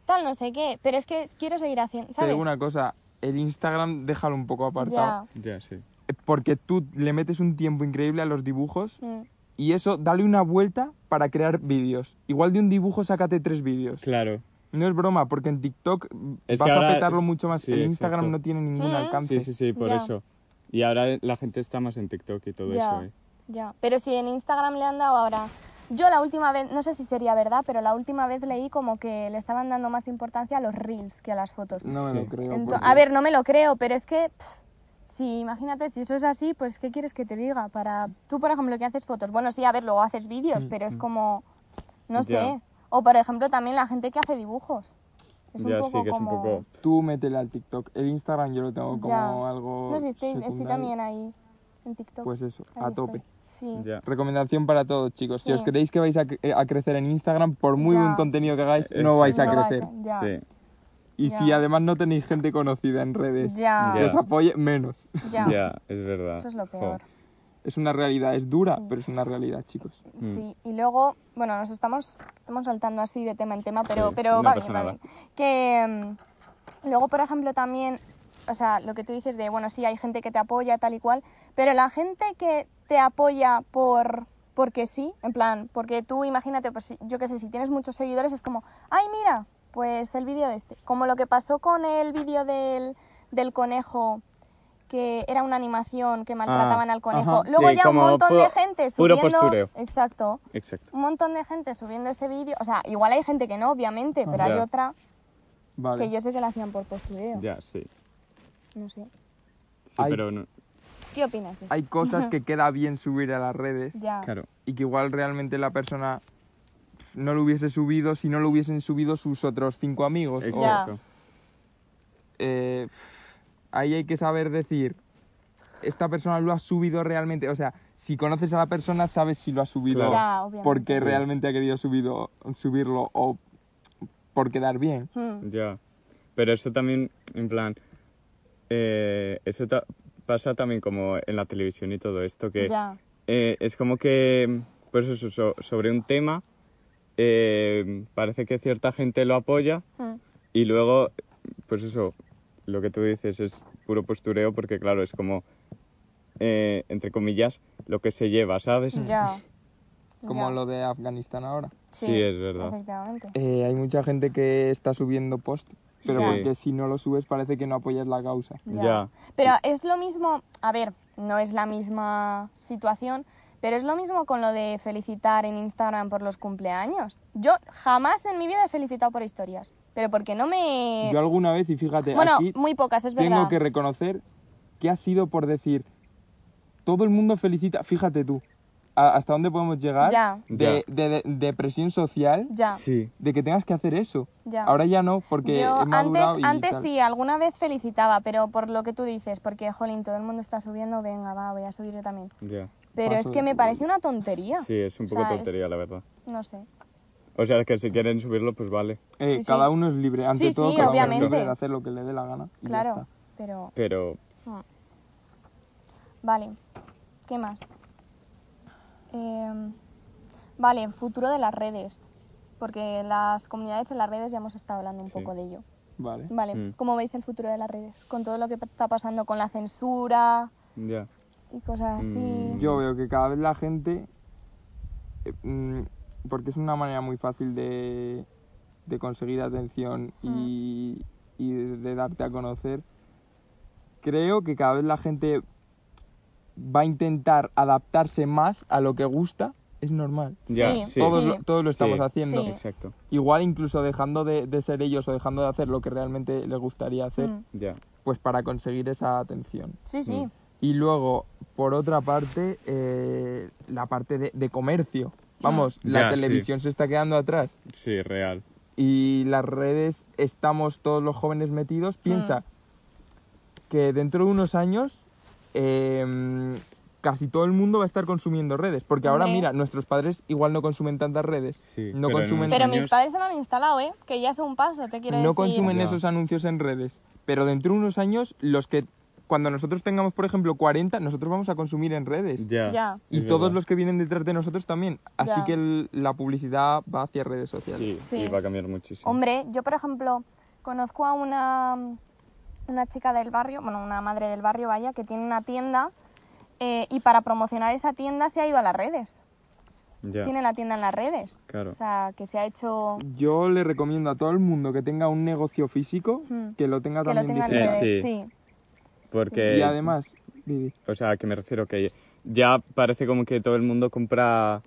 Speaker 2: tal, no sé qué. Pero es que quiero seguir haciendo.
Speaker 3: Te
Speaker 2: ¿Sabes?
Speaker 3: digo una cosa, el Instagram déjalo un poco
Speaker 2: ya.
Speaker 3: apartado. eh,
Speaker 1: Ya, sí.
Speaker 3: Porque tú le metes un tiempo increíble a los dibujos
Speaker 2: Mm,
Speaker 3: y eso, dale una vuelta para crear vídeos. Igual de un dibujo, sácate tres vídeos.
Speaker 1: Claro.
Speaker 3: No es broma, porque en TikTok mm,
Speaker 1: Es
Speaker 3: vas
Speaker 1: que ahora
Speaker 3: a petarlo
Speaker 1: es-
Speaker 3: mucho más.
Speaker 1: sí,
Speaker 3: el Instagram
Speaker 1: exacto.
Speaker 3: no tiene ningún
Speaker 2: Mm.
Speaker 3: alcance.
Speaker 1: Sí, sí, sí, por
Speaker 2: Ya.
Speaker 1: eso. Y ahora la gente está más en TikTok y todo
Speaker 2: Ya,
Speaker 1: eso, ¿eh?
Speaker 2: ya. Pero si en Instagram le han dado ahora. Yo la última vez, no sé si sería verdad, pero la última vez leí como que le estaban dando más importancia a los reels que a las fotos.
Speaker 3: No me
Speaker 1: Sí.
Speaker 3: lo creo.
Speaker 2: Ento-
Speaker 3: porque-
Speaker 2: a ver, no me lo creo, pero es que. pff, si imagínate, si eso es así, pues ¿qué quieres que te diga? Para tú, por ejemplo, que haces fotos. Bueno, sí, a ver, luego haces
Speaker 3: Mm,
Speaker 2: vídeos, pero es como no
Speaker 1: Ya.
Speaker 2: sé. O por ejemplo, también la gente que hace dibujos. Es un
Speaker 1: ya,
Speaker 2: poco
Speaker 1: sí, que
Speaker 2: como
Speaker 1: es un poco...
Speaker 3: Tú métele al TikTok. El Instagram yo lo tengo como
Speaker 2: Ya.
Speaker 3: algo.
Speaker 2: No sé, estoy, estoy
Speaker 3: secundario.
Speaker 2: también ahí en TikTok.
Speaker 3: Pues eso,
Speaker 2: Ahí
Speaker 3: a
Speaker 2: estoy.
Speaker 3: tope.
Speaker 2: Sí.
Speaker 1: Ya.
Speaker 3: Recomendación para todos, chicos. Si
Speaker 2: Sí.
Speaker 3: os creéis que vais a, cre- a crecer en Instagram, por muy
Speaker 2: Ya.
Speaker 3: buen contenido que hagáis, no
Speaker 1: Exacto.
Speaker 3: vais a
Speaker 2: No va a
Speaker 3: crecer.
Speaker 2: cre- ya.
Speaker 1: Sí.
Speaker 3: Y si
Speaker 2: Ya.
Speaker 3: además no tenéis gente conocida en redes
Speaker 2: Ya. pues,
Speaker 3: que os apoye, menos.
Speaker 2: Ya.
Speaker 1: Ya, es verdad.
Speaker 2: Eso es lo
Speaker 1: Jo.
Speaker 2: peor.
Speaker 3: Es una realidad, es dura, pero es una realidad, chicos.
Speaker 1: Mm.
Speaker 2: Sí, y luego, bueno, nos estamos, estamos saltando así de tema en tema, pero,
Speaker 1: Sí,
Speaker 2: pero
Speaker 1: no
Speaker 2: va
Speaker 1: pasa
Speaker 2: bien, va
Speaker 1: nada.
Speaker 2: bien. Que mm, luego, por ejemplo, también, o sea, lo que tú dices de, bueno, sí, hay gente que te apoya tal y cual, pero la gente que te apoya por porque sí, en plan, porque tú imagínate, pues si- yo qué sé, si tienes muchos seguidores es como, ay, mira, pues el vídeo de este, como lo que pasó con el vídeo del, del conejo que era una animación
Speaker 1: Ah,
Speaker 2: que maltrataban al conejo.
Speaker 3: ajá,
Speaker 2: Luego
Speaker 1: sí,
Speaker 2: ya un
Speaker 1: como
Speaker 2: montón
Speaker 1: puro-
Speaker 2: de gente
Speaker 1: puro
Speaker 2: subiendo
Speaker 1: postureo.
Speaker 2: Exacto.
Speaker 1: Exacto.
Speaker 2: Un montón de gente subiendo ese vídeo. O sea, igual hay gente que no, obviamente, pero
Speaker 1: Ya.
Speaker 2: hay otra
Speaker 3: Ah, Vale.
Speaker 2: que yo sé que la hacían por postureo.
Speaker 1: Ya, sí.
Speaker 2: No sé.
Speaker 1: Sí,
Speaker 3: Hay-
Speaker 1: pero no...
Speaker 2: ¿Qué opinas de eso?
Speaker 3: Hay cosas que queda bien subir a las redes
Speaker 2: Ya.
Speaker 1: Claro.
Speaker 3: y que igual realmente la persona pf, no lo hubiese subido si no lo hubiesen subido sus otros cinco amigos. o-
Speaker 2: Ya.
Speaker 1: Exacto.
Speaker 3: eh, ahí hay que saber decir, esta persona lo ha subido realmente. O sea, si conoces a la persona, sabes si lo ha subido
Speaker 1: Claro.
Speaker 2: Ya, obviamente.
Speaker 3: porque
Speaker 1: Sí.
Speaker 3: realmente ha querido subido, subirlo o por quedar bien.
Speaker 2: Hmm,
Speaker 1: Ya. Pero eso también, en plan, eh, eso ta- pasa también como en la televisión y todo esto, que
Speaker 2: Ya.
Speaker 1: eh, es como que, pues eso, so- sobre un tema, eh, parece que cierta gente lo apoya
Speaker 2: hmm,
Speaker 1: y luego, pues eso, lo que tú dices es puro postureo porque, claro, es como, eh, entre comillas, lo que se lleva, ¿sabes?
Speaker 2: Ya.
Speaker 3: Como
Speaker 2: Ya.
Speaker 3: lo de Afganistán ahora.
Speaker 1: Sí, es verdad.
Speaker 2: Efectivamente.
Speaker 3: Eh, hay mucha gente que está subiendo post, pero
Speaker 2: Sí.
Speaker 3: porque si no lo subes parece que no apoyas la causa.
Speaker 2: Ya.
Speaker 1: Ya.
Speaker 2: Pero es lo mismo, a ver, no es la misma situación, pero es lo mismo con lo de felicitar en Instagram por los cumpleaños. Yo jamás en mi vida he felicitado por historias, pero porque no me...
Speaker 3: Yo alguna vez, y fíjate,
Speaker 2: Eh, bueno,
Speaker 3: Este, aquí
Speaker 2: muy pocas, es
Speaker 3: tengo
Speaker 2: verdad.
Speaker 3: que reconocer que ha sido por decir, todo el mundo felicita, fíjate tú, a- hasta dónde podemos llegar
Speaker 2: Ya.
Speaker 3: De, de- de- de presión social,
Speaker 2: Ya.
Speaker 1: Sí.
Speaker 3: de que tengas que hacer eso.
Speaker 2: Ya.
Speaker 3: Ahora ya no, porque
Speaker 2: Yo
Speaker 3: he madurado
Speaker 2: antes,
Speaker 3: y
Speaker 2: antes
Speaker 3: tal.
Speaker 2: sí, alguna vez felicitaba, pero por lo que tú dices, porque, jolín, todo el mundo está subiendo, venga, va, voy a subir yo también.
Speaker 1: Ya.
Speaker 2: Pero
Speaker 3: Paso
Speaker 2: es
Speaker 3: de
Speaker 2: que me
Speaker 3: tu-
Speaker 2: parece una tontería.
Speaker 1: Sí, es un poco
Speaker 2: O sea,
Speaker 1: tontería,
Speaker 2: es-
Speaker 1: la verdad.
Speaker 2: No sé.
Speaker 1: O sea, que si quieren subirlo, pues vale.
Speaker 3: Eh,
Speaker 2: Sí, sí.
Speaker 3: cada uno es libre. Ante
Speaker 2: Sí,
Speaker 3: todo,
Speaker 2: sí,
Speaker 3: cada
Speaker 2: obviamente.
Speaker 3: uno es libre de hacer lo que le dé la gana. y ya
Speaker 2: Claro,
Speaker 3: está.
Speaker 2: pero...
Speaker 1: Pero
Speaker 2: Vale, ¿qué más? Em, vale, futuro de las redes, porque las comunidades en las redes ya hemos estado hablando un
Speaker 1: Sí.
Speaker 2: poco de ello.
Speaker 3: Vale.
Speaker 2: Vale,
Speaker 1: Mm.
Speaker 2: ¿cómo veis el futuro de las redes? Con todo lo que está pasando con la censura
Speaker 1: ya.
Speaker 2: y cosas así.
Speaker 1: Mm,
Speaker 3: Yo veo que cada vez la gente. eh, mm, porque es una manera muy fácil de, de conseguir atención
Speaker 2: Mm.
Speaker 3: y, y de darte a conocer. Creo que cada vez la gente va a intentar adaptarse más a lo que gusta. Es normal.
Speaker 1: Ya,
Speaker 2: Sí,
Speaker 1: sí.
Speaker 3: Todos,
Speaker 2: sí.
Speaker 3: lo, todos lo estamos
Speaker 1: Sí.
Speaker 3: haciendo.
Speaker 2: Sí.
Speaker 1: Exacto.
Speaker 3: Igual incluso dejando de, de ser ellos o dejando de hacer lo que realmente les gustaría hacer,
Speaker 2: Mm.
Speaker 1: Ya.
Speaker 3: pues para conseguir esa atención.
Speaker 2: Sí, sí.
Speaker 1: Mm.
Speaker 3: Y luego, por otra parte, eh, la parte de, de comercio. Vamos, la
Speaker 1: Mm. Ya, sí.
Speaker 3: televisión se está quedando atrás
Speaker 1: Sí, real.
Speaker 3: y las redes estamos todos los jóvenes metidos. Piensa
Speaker 2: Mm.
Speaker 3: que dentro de unos años eh, casi todo el mundo va a estar consumiendo redes. Porque ahora,
Speaker 2: Hombre.
Speaker 3: mira, nuestros padres igual no consumen tantas redes.
Speaker 1: Sí, pero
Speaker 3: no
Speaker 1: en
Speaker 3: consumen
Speaker 1: unos
Speaker 2: Pero
Speaker 1: años-
Speaker 2: mis padres se lo han instalado, ¿eh? Que ya es un paso, te quiero
Speaker 3: no
Speaker 2: decir.
Speaker 3: consumen
Speaker 1: Ya.
Speaker 3: esos anuncios en redes, pero dentro de unos años, los que cuando nosotros tengamos, por ejemplo, 40, nosotros vamos a consumir en redes.
Speaker 1: Ya.
Speaker 2: Ya.
Speaker 3: Y
Speaker 1: Es
Speaker 3: todos
Speaker 1: verdad.
Speaker 3: los que vienen detrás de nosotros también. Así
Speaker 2: Ya.
Speaker 3: que el- la publicidad va hacia redes sociales.
Speaker 1: Sí,
Speaker 2: Sí.
Speaker 1: y va a cambiar muchísimo.
Speaker 2: Hombre, yo por ejemplo conozco a una, una chica del barrio, bueno, una madre del barrio, vaya, que tiene una tienda eh, y para promocionar esa tienda se ha ido a las redes.
Speaker 1: Ya.
Speaker 2: Tiene la tienda en las redes.
Speaker 1: Claro.
Speaker 2: O sea, que se ha hecho...
Speaker 3: Yo le recomiendo a todo el mundo que tenga un negocio físico,
Speaker 2: Mm.
Speaker 3: que lo tenga
Speaker 2: Que lo
Speaker 3: también
Speaker 2: tengan
Speaker 1: Eh,
Speaker 2: en
Speaker 3: digital.
Speaker 1: sí.
Speaker 2: redes, sí.
Speaker 1: Porque
Speaker 3: Y además, Didi,
Speaker 1: O sea, que me refiero que ya parece como que todo el mundo compra...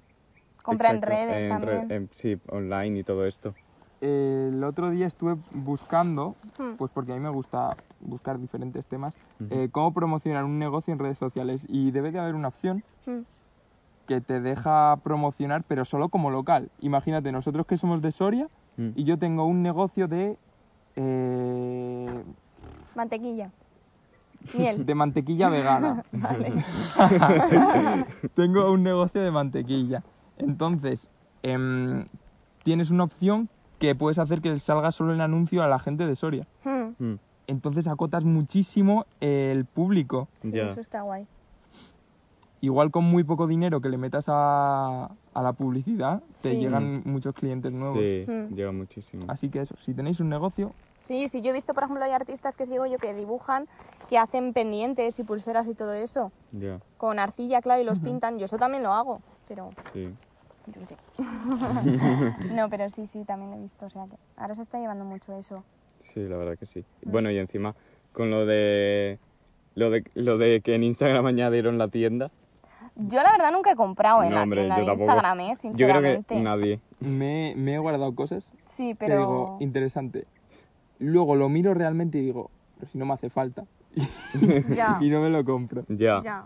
Speaker 2: Compra
Speaker 1: Exacto,
Speaker 2: en redes
Speaker 1: re-
Speaker 2: también.
Speaker 1: en- sí, online y todo esto.
Speaker 3: el otro día estuve buscando,
Speaker 2: Hmm.
Speaker 3: pues porque a mí me gusta buscar diferentes temas, eh, cómo promocionar un negocio en redes sociales. Y debe de haber una opción
Speaker 2: Mm.
Speaker 3: que te deja promocionar, pero solo como local. Imagínate, nosotros que somos de Soria
Speaker 1: Mm.
Speaker 3: y yo tengo un negocio de. eh,
Speaker 2: Mantequilla. Miel.
Speaker 3: de mantequilla vegana.
Speaker 2: vale.
Speaker 3: tengo un negocio de mantequilla. Entonces, em, tienes una opción que puedes hacer que salga solo el anuncio a la gente de Soria.
Speaker 2: Mm.
Speaker 1: Mm,
Speaker 3: Entonces acotas muchísimo el público.
Speaker 2: Sí,
Speaker 1: ya.
Speaker 2: Eso está guay.
Speaker 3: Igual con muy poco dinero que le metas a, a la publicidad, te
Speaker 2: Sí.
Speaker 3: llegan muchos clientes nuevos.
Speaker 1: Sí,
Speaker 2: Mm.
Speaker 1: llega muchísimo.
Speaker 3: Así que eso, si tenéis un negocio,
Speaker 2: Sí, sí, yo he visto, por ejemplo, hay artistas que sigo yo que dibujan, que hacen pendientes y pulseras y todo eso.
Speaker 1: Ya,
Speaker 2: Con arcilla, claro, y los pintan. Yo eso también lo hago, pero...
Speaker 1: sí.
Speaker 2: Yo qué sé. no, pero sí, sí, también lo he visto. O sea que ahora se está llevando mucho eso.
Speaker 1: Sí, la verdad que sí.
Speaker 2: Mm.
Speaker 1: Bueno, y encima con lo de... Lo de, lo de que en Instagram añadieron la tienda.
Speaker 2: Yo la verdad nunca he comprado en
Speaker 1: no,
Speaker 2: la
Speaker 1: hombre,
Speaker 2: tienda
Speaker 1: yo
Speaker 2: de
Speaker 1: tampoco.
Speaker 2: Instagram, ¿eh?
Speaker 1: yo creo
Speaker 2: Sinceramente.
Speaker 1: que nadie.
Speaker 3: me, me he guardado cosas
Speaker 2: Sí,
Speaker 3: que digo,
Speaker 2: pero...
Speaker 3: interesante. Luego lo miro realmente y digo, pero si no me hace falta.
Speaker 2: Ya,
Speaker 3: Y no me lo compro.
Speaker 1: Ya.
Speaker 2: ya.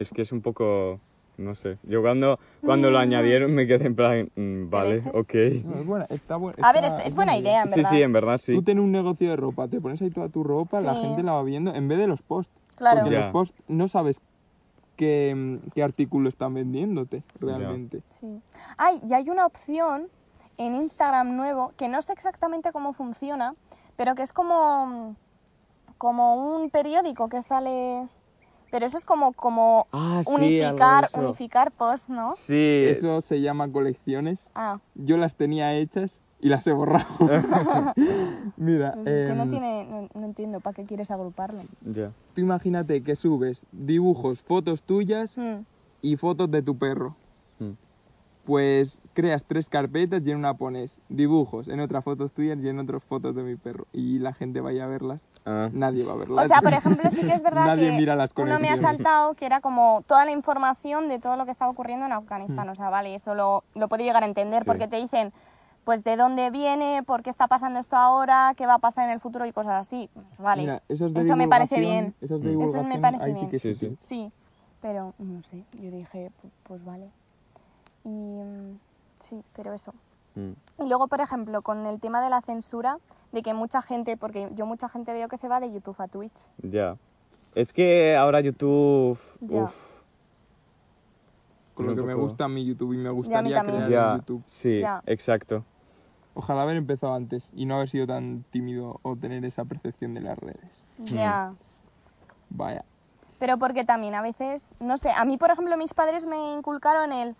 Speaker 1: Es que es un poco... No sé. Yo cuando, cuando
Speaker 2: Mm.
Speaker 1: lo añadieron me quedé en plan... mm, vale,
Speaker 2: echas?
Speaker 1: ok.
Speaker 3: No, es buena, está bu-
Speaker 2: A ver,
Speaker 3: está-
Speaker 2: es, es buena idea, en
Speaker 1: Sí, em,
Speaker 2: verdad.
Speaker 1: sí, en verdad sí.
Speaker 3: Tú tienes un negocio de ropa, te pones ahí toda tu ropa, la
Speaker 2: Sí.
Speaker 3: gente la va viendo, en vez de los posts.
Speaker 2: Claro.
Speaker 3: Porque
Speaker 1: Ya.
Speaker 3: los posts no sabes qué, mm, qué artículo están vendiéndote realmente.
Speaker 2: Sí. Ay, y hay una opción en Instagram nuevo que no sé exactamente cómo funciona, pero que es como, como un periódico que sale. Pero eso es como, como
Speaker 1: Ah, sí, algo
Speaker 2: unificar,
Speaker 1: de eso.
Speaker 2: unificar posts, ¿no?
Speaker 1: Sí.
Speaker 3: Eso se llama colecciones.
Speaker 2: Ah,
Speaker 3: Yo las tenía hechas y las he borrado. Mira,
Speaker 2: pues es que no
Speaker 3: em,
Speaker 2: tiene, no, no entiendo para qué quieres agruparlo.
Speaker 1: Ya.
Speaker 3: tú imagínate que subes dibujos, fotos tuyas
Speaker 2: Mm,
Speaker 3: y fotos de tu perro.
Speaker 1: Mm.
Speaker 3: Pues creas tres carpetas y en una pones dibujos, en otra fotos tuyas y en otras fotos de mi perro. Y la gente vaya a verlas.
Speaker 1: Ah,
Speaker 3: Nadie va a
Speaker 2: O
Speaker 3: verlas.
Speaker 2: sea, por ejemplo, sí que es verdad
Speaker 3: Nadie
Speaker 2: que
Speaker 3: mira las
Speaker 2: uno me ha
Speaker 3: conexiones.
Speaker 2: saltado que era como toda la información de todo lo que estaba ocurriendo en
Speaker 3: Mm.
Speaker 2: Afganistán. O sea, vale, eso lo, lo puedo llegar a entender
Speaker 1: Sí.
Speaker 2: porque te dicen, pues, de dónde viene, por qué está pasando esto ahora, qué va a pasar en el futuro y cosas así. Pues Vale,
Speaker 3: Mira, esas de
Speaker 2: eso me parece
Speaker 3: divulgación-
Speaker 2: bien.
Speaker 3: Esas de
Speaker 1: Mm.
Speaker 2: Eso me
Speaker 3: divulgación,
Speaker 2: parece
Speaker 3: ahí
Speaker 2: bien.
Speaker 3: Sí, que es
Speaker 1: Sí,
Speaker 3: útil.
Speaker 2: Sí, pero no sé, yo dije, pu- pues vale. Y mm, sí, pero eso.
Speaker 1: mm,
Speaker 2: Y luego, por ejemplo, con el tema de la censura, de que mucha gente, porque yo mucha gente veo que se va de YouTube a Twitch.
Speaker 1: ya. Es que ahora YouTube.
Speaker 2: Ya.
Speaker 1: uf,
Speaker 3: con lo
Speaker 1: Un
Speaker 3: que me
Speaker 1: poco-
Speaker 3: gusta a mí YouTube y me gustaría
Speaker 2: también.
Speaker 3: crear en
Speaker 1: Ya,
Speaker 3: YouTube.
Speaker 1: sí,
Speaker 2: Ya.
Speaker 1: exacto.
Speaker 3: Ojalá haber empezado antes y no haber sido tan tímido o tener esa percepción de las redes.
Speaker 2: Ya.
Speaker 3: Vaya.
Speaker 2: Pero porque también a veces, no sé, a mí, por ejemplo, mis padres me inculcaron el.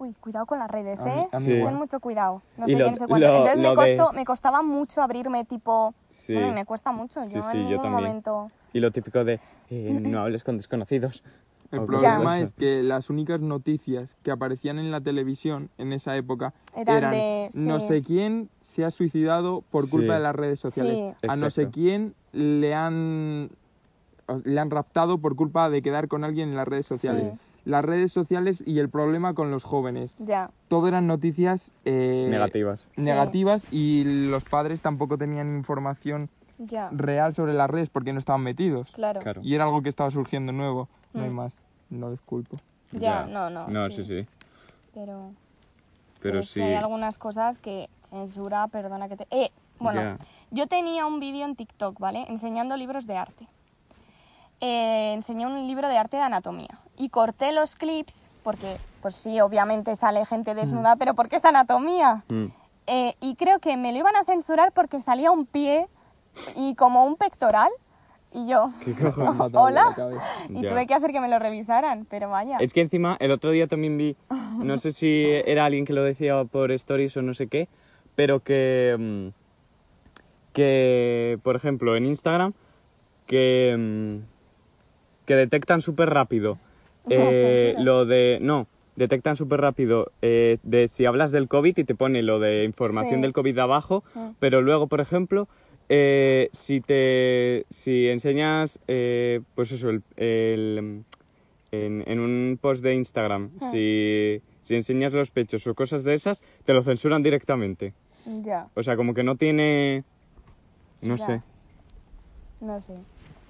Speaker 2: Uy, cuidado con las redes,
Speaker 3: A mí-
Speaker 2: ¿eh?
Speaker 3: a mí
Speaker 1: Sí.
Speaker 3: igual.
Speaker 2: Ten mucho cuidado. No
Speaker 1: Y
Speaker 2: sé
Speaker 1: lo-
Speaker 2: qué, no sé cuánto.
Speaker 1: lo-
Speaker 2: Entonces me,
Speaker 1: lo de-
Speaker 2: costó- me costaba mucho abrirme, tipo.
Speaker 1: Sí.
Speaker 2: Bueno, y me cuesta mucho.
Speaker 1: Sí,
Speaker 2: yo
Speaker 1: sí,
Speaker 2: en
Speaker 1: yo
Speaker 2: ningún
Speaker 1: también.
Speaker 2: momento.
Speaker 1: Y lo típico de eh, no hables con desconocidos.
Speaker 3: El
Speaker 1: O cosas
Speaker 3: problema
Speaker 1: de
Speaker 3: es
Speaker 1: esas.
Speaker 3: que las únicas noticias que aparecían en la televisión en esa época
Speaker 2: Eran
Speaker 3: eran,
Speaker 2: de- sí.
Speaker 3: no sé quién se ha suicidado por culpa
Speaker 1: Sí.
Speaker 3: de las redes sociales.
Speaker 2: Sí.
Speaker 3: A no sé
Speaker 1: Exacto.
Speaker 3: quién le han le han raptado por culpa de quedar con alguien en las redes sociales.
Speaker 2: Sí.
Speaker 3: Las redes sociales y el problema con los jóvenes.
Speaker 2: Ya.
Speaker 3: Todo eran noticias eh,
Speaker 1: Negativas.
Speaker 2: Sí.
Speaker 3: negativas y los padres tampoco tenían información
Speaker 2: Ya.
Speaker 3: real sobre las redes porque no estaban metidos.
Speaker 2: Claro.
Speaker 1: Claro.
Speaker 3: Y era algo que estaba surgiendo nuevo. No hay
Speaker 2: Mm.
Speaker 3: más. No les culpo.
Speaker 2: Ya, no, no,
Speaker 1: No,
Speaker 2: sí.
Speaker 1: sí, sí.
Speaker 2: Pero.
Speaker 1: Pero
Speaker 2: es
Speaker 1: sí.
Speaker 2: que hay algunas cosas que censura, perdona que te... Eh, bueno,
Speaker 1: Ya.
Speaker 2: yo tenía un vídeo en TikTok, ¿vale? Enseñando libros de arte. Eh, enseñé un libro de arte de anatomía y corté los clips porque, pues sí, obviamente sale gente desnuda, pero porque es anatomía.
Speaker 1: Mm.
Speaker 2: Eh, y creo que me lo iban a censurar porque salía un pie y como un pectoral y yo...
Speaker 1: ¿Qué cojones?
Speaker 3: Fatal de
Speaker 2: Hola.
Speaker 3: la cabeza.
Speaker 2: Y
Speaker 1: Ya.
Speaker 2: tuve que hacer que me lo revisaran, pero vaya.
Speaker 1: Es que encima el otro día también vi, no sé si era alguien que lo decía por stories o no sé qué, pero que, mm, que por ejemplo, en Instagram, que, mm, que detectan súper rápido eh,
Speaker 2: censura.
Speaker 1: lo de, no, detectan súper rápido eh, de si hablas del COVID y te pone lo de información
Speaker 2: Sí. Ah.
Speaker 1: del COVID de abajo, pero luego, por ejemplo, eh, si te, si enseñas, eh, pues eso, el- el en, en un post de Instagram,
Speaker 2: Ah.
Speaker 1: si, si enseñas los pechos o cosas de esas, te lo censuran directamente.
Speaker 2: Ya.
Speaker 1: O sea, como que no tiene... No
Speaker 2: Ya.
Speaker 1: sé.
Speaker 2: No sé.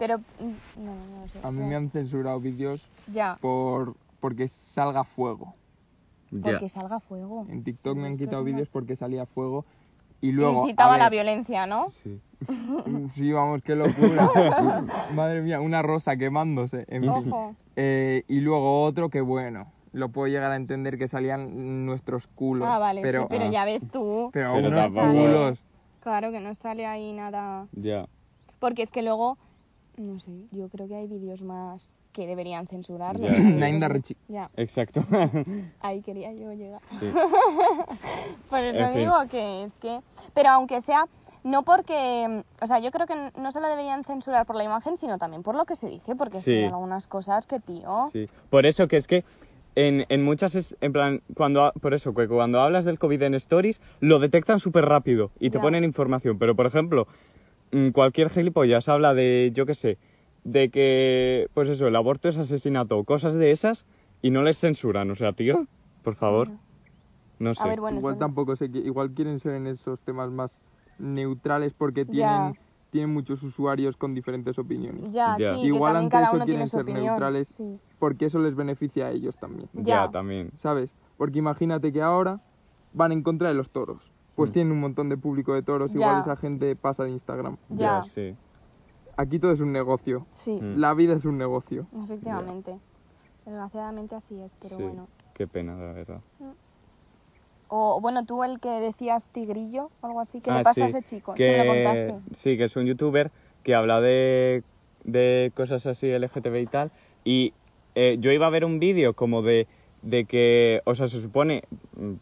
Speaker 2: Pero... mm, No, no sé.
Speaker 3: A mí me han censurado vídeos
Speaker 2: Ya.
Speaker 1: Pues,
Speaker 3: por porque salga fuego.
Speaker 2: Porque salga fuego.
Speaker 3: En TikTok me
Speaker 2: Pues
Speaker 3: han
Speaker 2: esto
Speaker 3: quitado
Speaker 2: es una-
Speaker 3: vídeos porque salía fuego y luego
Speaker 2: Incitaba
Speaker 3: a
Speaker 2: la
Speaker 3: ver, mm,
Speaker 2: violencia, ¿no?
Speaker 1: Sí.
Speaker 3: Sí, vamos, qué locura. Madre mía, una rosa quemándose. en fin.
Speaker 2: Ojo.
Speaker 3: Eh, y luego otro que bueno, lo puedo llegar a entender que salían nuestros culos.
Speaker 2: Ah, vale, sí, pero,
Speaker 3: pero
Speaker 1: ah.
Speaker 2: ya ves tú.
Speaker 3: pero
Speaker 1: Pero
Speaker 3: unos
Speaker 1: tampoco-
Speaker 3: culos.
Speaker 2: Claro que no sale ahí nada.
Speaker 1: Ya.
Speaker 2: Porque es que luego, no sé, yo creo que hay vídeos más que deberían censurar.
Speaker 1: Ya.
Speaker 3: Nainda Richie.
Speaker 2: Ya,
Speaker 1: Exacto.
Speaker 2: ahí quería yo llegar.
Speaker 1: Sí.
Speaker 2: Por eso
Speaker 1: En fin.
Speaker 2: digo que es que... Pero aunque sea, no porque... O sea, yo creo que no solo deberían censurar por la imagen, sino también por lo que se dice, porque es que
Speaker 1: Sí.
Speaker 2: hay algunas cosas que, tío...
Speaker 1: Sí. Por eso que es que en, en muchas es, en plan cuando ha- por eso que cuando hablas del COVID en stories lo detectan súper rápido y te
Speaker 2: Ya.
Speaker 1: ponen información, pero por ejemplo, mm, cualquier gilipollas habla de yo qué sé, de que pues eso, el aborto es asesinato, cosas de esas y no les censuran, o sea, tío, por favor. No sé.
Speaker 2: A ver, bueno,
Speaker 3: igual
Speaker 2: esto-
Speaker 3: tampoco sé que igual quieren ser en esos temas más neutrales porque
Speaker 2: Ya.
Speaker 3: tienen tienen muchos usuarios con diferentes opiniones.
Speaker 2: ya,
Speaker 1: Ya.
Speaker 2: sí,
Speaker 3: igual
Speaker 2: que también
Speaker 3: ante
Speaker 2: cada
Speaker 3: eso
Speaker 2: uno tiene
Speaker 3: quieren
Speaker 2: su
Speaker 3: ser
Speaker 2: opinión.
Speaker 3: neutrales
Speaker 2: Sí.
Speaker 3: porque eso les beneficia a ellos también,
Speaker 1: ya.
Speaker 2: ya.
Speaker 1: también.
Speaker 3: ¿sabes? Porque imagínate que ahora van en contra de los toros.
Speaker 1: Mm.
Speaker 3: Pues tienen un montón de público de toros,
Speaker 2: Ya.
Speaker 3: igual esa gente pasa de Instagram.
Speaker 2: Ya.
Speaker 1: sí.
Speaker 3: Aquí todo es un negocio.
Speaker 2: Sí.
Speaker 1: Mm.
Speaker 3: La vida es un negocio.
Speaker 2: Efectivamente. Desgraciadamente así es, pero
Speaker 1: sí.
Speaker 2: bueno.
Speaker 1: Qué pena, la verdad.
Speaker 2: O bueno, tú el que decías tigrillo o algo así, ¿qué
Speaker 1: Ah,
Speaker 2: le pasó a
Speaker 1: sí,
Speaker 2: ese chico? Es que me lo contaste.
Speaker 1: Sí, que es un youtuber que habla de, de cosas así LGTB y tal. Y eh, yo iba a ver un vídeo como de, de que, o sea, se supone, mm,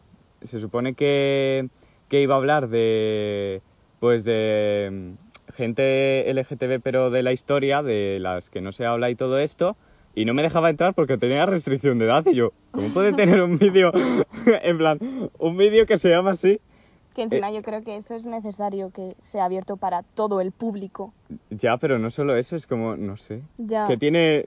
Speaker 1: se supone que, que iba a hablar de, pues de mm, gente LGTB pero de la historia, de las que no se habla y todo esto. Y no me dejaba entrar porque tenía restricción de edad y yo, ¿cómo puede tener un vídeo, en plan, un vídeo que se llama así? eh,
Speaker 2: Que encima yo creo que eso es necesario que sea abierto para todo el público.
Speaker 1: Ya, pero no solo eso, es como, no sé.
Speaker 2: Ya.
Speaker 1: Que tiene.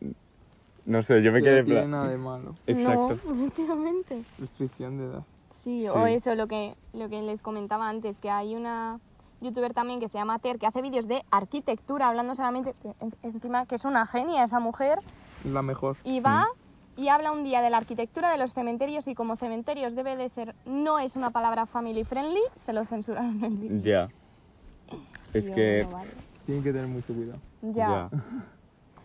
Speaker 1: No sé, yo me
Speaker 3: Que
Speaker 1: quedé.
Speaker 3: no tiene
Speaker 1: pla-
Speaker 3: nada de malo.
Speaker 1: Exacto.
Speaker 2: No, efectivamente.
Speaker 3: Restricción de edad.
Speaker 2: Sí,
Speaker 1: Sí.
Speaker 2: o eso, lo que, lo que les comentaba antes, que hay una youtuber también que se llama Ter, que hace vídeos de arquitectura, hablando solamente, que en- encima que es una genia esa mujer,
Speaker 3: La mejor.
Speaker 2: y va y habla un día de la arquitectura de los cementerios y como cementerios debe de ser, no es una palabra family friendly, se lo censuraron en el vídeo.
Speaker 1: Ya. Es
Speaker 2: Yo,
Speaker 1: que.
Speaker 2: bueno, vale.
Speaker 3: Tienen que tener mucho cuidado.
Speaker 2: Ya.
Speaker 1: ya.
Speaker 2: Pero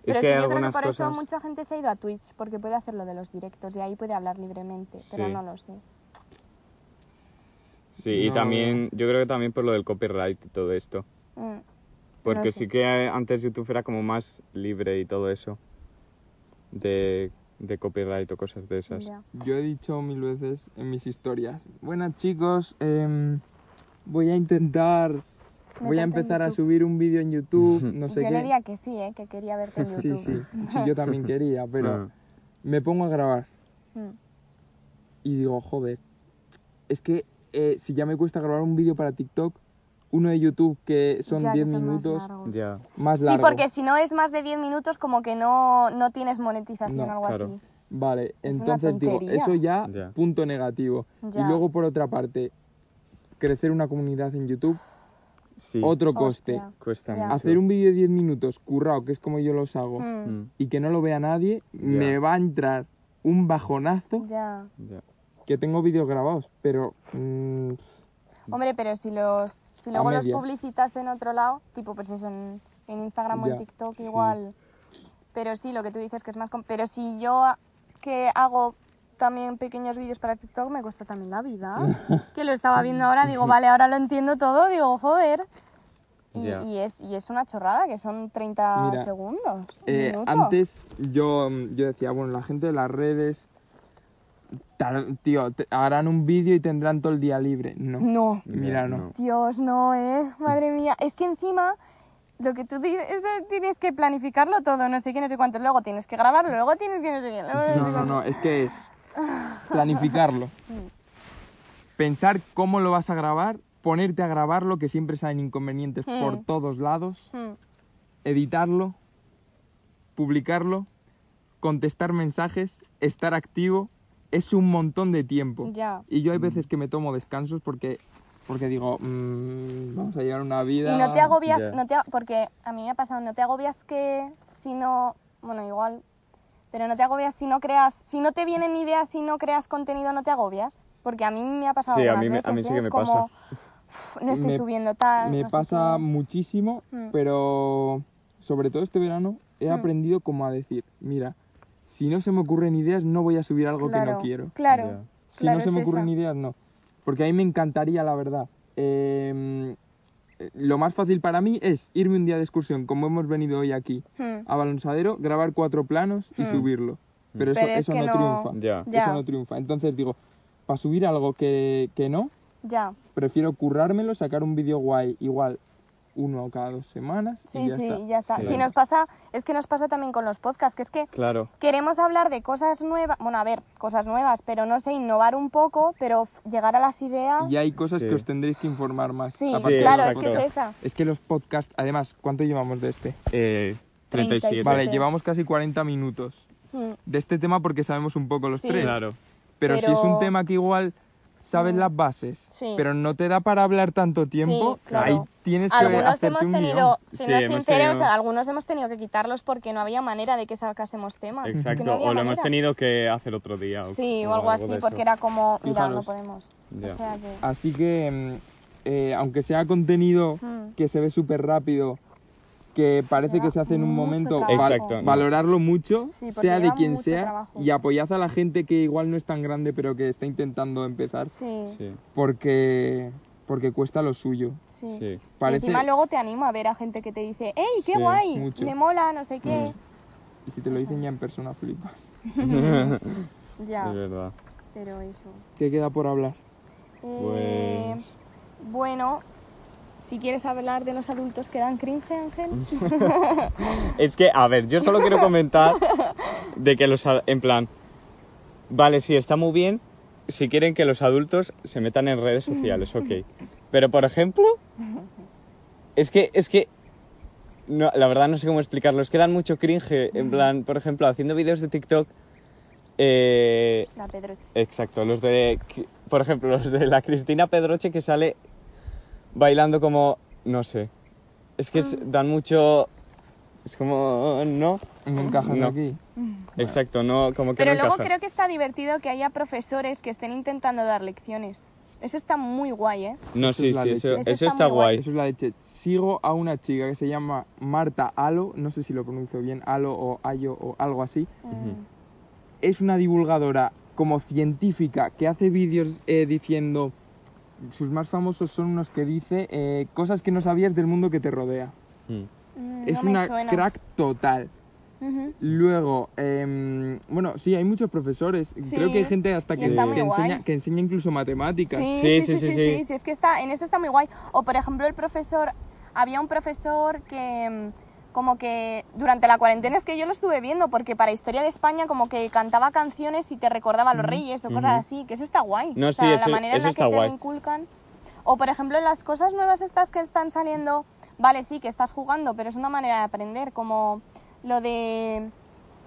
Speaker 1: es
Speaker 2: sí,
Speaker 1: que hay
Speaker 2: yo creo que
Speaker 1: algunas
Speaker 2: por eso
Speaker 1: cosas...
Speaker 2: mucha gente se ha ido a Twitch, porque puede hacer lo de los directos y ahí puede hablar libremente, pero
Speaker 1: Sí.
Speaker 2: no lo sé.
Speaker 1: Sí, y
Speaker 3: No.
Speaker 1: también, yo creo que también por lo del copyright y todo esto.
Speaker 2: Mm,
Speaker 1: Porque
Speaker 2: No sé.
Speaker 1: sí que eh, antes YouTube era como más libre y todo eso. De, de copyright o cosas de esas.
Speaker 2: ya.
Speaker 3: Yo he dicho mil veces en mis historias, buenas chicos, em, voy a intentar, voy
Speaker 2: Meterte
Speaker 3: a
Speaker 2: en
Speaker 3: empezar a
Speaker 2: YouTube.
Speaker 3: subir un vídeo en YouTube, no sé
Speaker 2: yo le
Speaker 3: qué.
Speaker 2: diría que sí, ¿eh? que quería verte en
Speaker 3: Sí,
Speaker 2: YouTube.
Speaker 3: sí, sí, yo también quería, pero
Speaker 1: Ah,
Speaker 3: me pongo a grabar
Speaker 2: Mm,
Speaker 3: y digo, joder, es que eh, si ya me cuesta grabar un vídeo para TikTok, uno de YouTube que son
Speaker 2: ya que
Speaker 3: 10
Speaker 2: son más
Speaker 3: minutos
Speaker 2: largos.
Speaker 1: Ah, ya.
Speaker 3: más
Speaker 2: Sí,
Speaker 3: largo.
Speaker 2: porque si no es más de 10 minutos, como que no, no tienes monetización o
Speaker 3: No,
Speaker 2: algo
Speaker 1: claro.
Speaker 2: así.
Speaker 3: Vale,
Speaker 2: Es una
Speaker 3: entonces digo,
Speaker 2: tontería.
Speaker 3: eso ya,
Speaker 1: Ya.
Speaker 3: punto negativo.
Speaker 2: Ya.
Speaker 3: Y luego por otra parte, crecer una comunidad en YouTube,
Speaker 1: Sí,
Speaker 3: otro coste.
Speaker 2: Hostia.
Speaker 1: cuesta
Speaker 2: Ya.
Speaker 1: mucho.
Speaker 3: Hacer un vídeo de 10 minutos, currao, que es como yo los hago,
Speaker 2: Mm,
Speaker 1: Mm,
Speaker 3: y que no lo vea nadie, me va a entrar un bajonazo,
Speaker 2: ya.
Speaker 1: ya.
Speaker 3: que tengo vídeos grabados, pero... mm,
Speaker 2: Hombre, pero si los si
Speaker 3: A
Speaker 2: luego los
Speaker 3: medias.
Speaker 2: publicitas en otro lado, tipo pues eso en, en Instagram o
Speaker 3: Ya,
Speaker 2: en TikTok igual. Pero sí, lo que tú dices que es más com- pero si yo a- que hago también pequeños vídeos para TikTok me cuesta también la vida. que lo estaba viendo ahora, digo, vale, ahora lo entiendo todo, digo, joder. Y,
Speaker 1: Ya.
Speaker 2: y es, y es una chorrada, que son 30
Speaker 3: Mira,
Speaker 2: segundos. un
Speaker 3: Eh,
Speaker 2: minuto.
Speaker 3: antes yo, mm, yo decía, bueno, la gente de las redes, tar- tío, te- harán un vídeo y tendrán todo el día libre. No,
Speaker 2: No.
Speaker 3: mira, no.
Speaker 2: Dios, no, ¿eh? Madre mía. Es que encima, lo que tú dices, eh, tienes que planificarlo todo, no sé qué, no sé cuánto. Luego tienes que grabarlo, luego tienes que no sé qué. luego no sé
Speaker 3: No, no,
Speaker 2: cuánto.
Speaker 3: no, es que es planificarlo. Pensar cómo lo vas a grabar, ponerte a grabarlo, que siempre salen inconvenientes por todos lados,
Speaker 2: Hmm.
Speaker 3: editarlo, publicarlo, contestar mensajes, estar activo, es un montón de tiempo.
Speaker 2: Ya.
Speaker 3: Y yo hay veces que me tomo descansos porque, porque digo, "Mm, vamos a llevar una vida...
Speaker 2: Y no te agobias,
Speaker 1: Ya.
Speaker 2: no te, ag- porque a mí me ha pasado, no te agobias que si no, bueno, igual, pero no te agobias si no creas, si no te vienen ideas, si no creas contenido, no te agobias. Porque a mí me ha pasado
Speaker 1: Sí, a
Speaker 2: algunas
Speaker 1: mí me- a
Speaker 2: veces,
Speaker 1: mí sí
Speaker 2: ¿eh?
Speaker 1: que
Speaker 2: Es
Speaker 1: me
Speaker 2: como, "Uf, no estoy
Speaker 3: Me-
Speaker 2: subiendo tal.
Speaker 3: Me
Speaker 2: no sé
Speaker 3: pasa
Speaker 2: qué".
Speaker 3: muchísimo,
Speaker 2: Mm.
Speaker 3: pero sobre todo este verano he aprendido como a decir, mira, si no se me ocurren ideas no voy a subir algo que
Speaker 2: Claro,
Speaker 3: no quiero.
Speaker 2: Claro,
Speaker 1: Ya.
Speaker 3: Si
Speaker 2: claro,
Speaker 3: no se
Speaker 2: es
Speaker 3: me ocurren
Speaker 2: esa.
Speaker 3: ideas no. Porque a mí me encantaría, la verdad. Eh, lo más fácil para mí es irme un día de excursión, como hemos venido hoy aquí,
Speaker 2: Hmm.
Speaker 3: a Balonsadero, grabar cuatro planos y subirlo. Pero eso,
Speaker 2: Mm. Pero es
Speaker 3: eso
Speaker 2: que
Speaker 3: no,
Speaker 2: no-
Speaker 3: triunfa.
Speaker 1: Ya.
Speaker 2: Ya.
Speaker 3: Eso no triunfa. Entonces digo, para subir algo que, que no,
Speaker 2: Ya.
Speaker 3: prefiero currármelo, sacar un vídeo guay, igual uno cada dos semanas. y
Speaker 2: Sí,
Speaker 3: ya
Speaker 2: sí,
Speaker 3: está.
Speaker 2: ya está.
Speaker 1: Sí.
Speaker 2: Si nos pasa, es que nos pasa también con los podcasts, que es que
Speaker 1: Claro.
Speaker 2: queremos hablar de cosas nuevas, bueno, a ver, cosas nuevas, pero no sé, innovar un poco, pero f- llegar a las ideas.
Speaker 3: Y hay cosas
Speaker 1: Sí.
Speaker 3: que os tendréis que informar más.
Speaker 2: Sí,
Speaker 3: aparte de
Speaker 2: claro,
Speaker 3: los
Speaker 2: es que es
Speaker 3: podcasts.
Speaker 2: esa.
Speaker 3: Es que los podcasts, además, ¿cuánto llevamos de este?
Speaker 1: Eh,
Speaker 2: 37.
Speaker 1: 37.
Speaker 3: Vale,
Speaker 2: Sí.
Speaker 3: llevamos casi 40 minutos
Speaker 2: Mm,
Speaker 3: de este tema porque sabemos un poco los
Speaker 2: Sí.
Speaker 3: tres.
Speaker 1: Claro.
Speaker 3: Pero, si es
Speaker 2: Pero- Mm.
Speaker 3: un tema que igual sabes las bases,
Speaker 2: Sí.
Speaker 3: pero no te da para hablar tanto tiempo,
Speaker 2: Sí, claro.
Speaker 3: ahí tienes que
Speaker 2: Algunos
Speaker 3: hacerte
Speaker 2: hemos
Speaker 3: un
Speaker 2: tenido,
Speaker 3: guión.
Speaker 2: si
Speaker 1: Sí,
Speaker 2: no
Speaker 1: hemos
Speaker 2: sinceros,
Speaker 1: tenido-
Speaker 2: algunos hemos tenido que quitarlos porque no había manera de que sacásemos temas. Ah, Es que no
Speaker 1: Exacto.
Speaker 2: había
Speaker 1: o lo hemos
Speaker 2: manera.
Speaker 1: tenido que hacer otro día.
Speaker 2: Sí, o algo así,
Speaker 1: de
Speaker 2: porque
Speaker 1: eso.
Speaker 2: era como, mira, no
Speaker 3: Fijaros. Ah.
Speaker 2: podemos.
Speaker 1: Ya.
Speaker 2: O sea que.
Speaker 3: Así que, mm, eh, aunque sea contenido
Speaker 2: Mm.
Speaker 3: que se ve súper rápido, que parece
Speaker 2: Lleva
Speaker 3: que se hace en un
Speaker 2: mucho
Speaker 3: momento,
Speaker 2: trabajo.
Speaker 3: val-
Speaker 1: Exacto, no.
Speaker 3: valorarlo mucho,
Speaker 2: Sí, porque
Speaker 3: sea de
Speaker 2: lleva
Speaker 3: quien
Speaker 2: mucho
Speaker 3: sea,
Speaker 2: trabajo.
Speaker 3: y apoyad a la gente que igual no es tan grande, pero que está intentando empezar,
Speaker 2: Sí, sí.
Speaker 1: Sí,
Speaker 3: porque, porque cuesta lo suyo.
Speaker 1: sí.
Speaker 2: Y
Speaker 3: Parece,
Speaker 2: encima luego te animo a ver a gente que te dice, ¡Ey, qué
Speaker 1: Sí,
Speaker 2: guay!
Speaker 3: mucho.
Speaker 2: Me mola, no sé qué.
Speaker 3: y si te lo dicen ya en persona, flipas.
Speaker 2: Ya,
Speaker 1: Es verdad.
Speaker 2: pero eso.
Speaker 3: ¿Qué queda por hablar?
Speaker 2: Eh,
Speaker 1: Pues-
Speaker 2: Bueno, si quieres hablar de los adultos que dan cringe, Ángel.
Speaker 1: Es que, a ver, yo solo quiero comentar de que los... a- En plan, vale, sí, está muy bien si quieren que los adultos se metan en redes sociales, ok. Pero, por ejemplo, es que, es que, no, la verdad no sé cómo explicarlo, es que dan mucho cringe, en plan, por ejemplo, haciendo vídeos de TikTok, eh,
Speaker 2: La Pedroche.
Speaker 1: Exacto, los de. Por ejemplo, los de la Cristina Pedroche que sale bailando como. No sé. Es que es- dan mucho. Es como. No.
Speaker 3: ¿Me encajas
Speaker 1: No.
Speaker 3: aquí?
Speaker 1: Exacto, no. Como que
Speaker 2: Pero
Speaker 1: no
Speaker 2: luego
Speaker 1: encaja.
Speaker 2: creo que está divertido que haya profesores que estén intentando dar lecciones. Eso está muy guay, ¿eh?
Speaker 1: No,
Speaker 3: Eso
Speaker 1: sí,
Speaker 3: es la
Speaker 1: sí,
Speaker 3: leche.
Speaker 1: eso,
Speaker 2: Eso
Speaker 1: eso
Speaker 2: está
Speaker 1: está
Speaker 2: muy guay.
Speaker 1: guay.
Speaker 3: Eso es la leche. Sigo a una chica que se llama Marta Alo, no sé si lo pronuncio bien, Alo o Ayo o algo así. Es una divulgadora como científica que hace vídeos eh, diciendo, sus más famosos son unos que dice eh, cosas que no sabías del mundo que te rodea.
Speaker 1: Mm.
Speaker 2: Mm,
Speaker 3: es
Speaker 2: no me
Speaker 3: una
Speaker 2: suena.
Speaker 3: crack total.
Speaker 2: Ujú.
Speaker 3: Luego, em, bueno sí, hay muchos profesores. Creo que hay
Speaker 2: Sí.
Speaker 3: gente hasta
Speaker 2: Sí,
Speaker 3: que,
Speaker 2: está muy
Speaker 3: que enseña,
Speaker 2: guay.
Speaker 3: que enseña incluso matemáticas.
Speaker 2: Sí,
Speaker 1: Sí,
Speaker 2: sí, sí,
Speaker 1: sí,
Speaker 2: sí,
Speaker 1: sí,
Speaker 2: sí,
Speaker 1: sí.
Speaker 2: sí, es que está, en eso está muy guay. O por ejemplo el profesor, había un profesor que mm, como que durante la cuarentena es que yo lo estuve viendo porque para Historia de España como que cantaba canciones y te recordaba a los reyes o cosas
Speaker 1: Ujú.
Speaker 2: así, que eso está guay.
Speaker 1: No,
Speaker 2: o sea,
Speaker 1: sí,
Speaker 2: la
Speaker 1: eso-
Speaker 2: manera
Speaker 1: eso
Speaker 2: en la
Speaker 1: está
Speaker 2: que te
Speaker 1: guay.
Speaker 2: lo inculcan. O por ejemplo las cosas nuevas estas que están saliendo, vale, sí, que estás jugando, pero es una manera de aprender, como lo de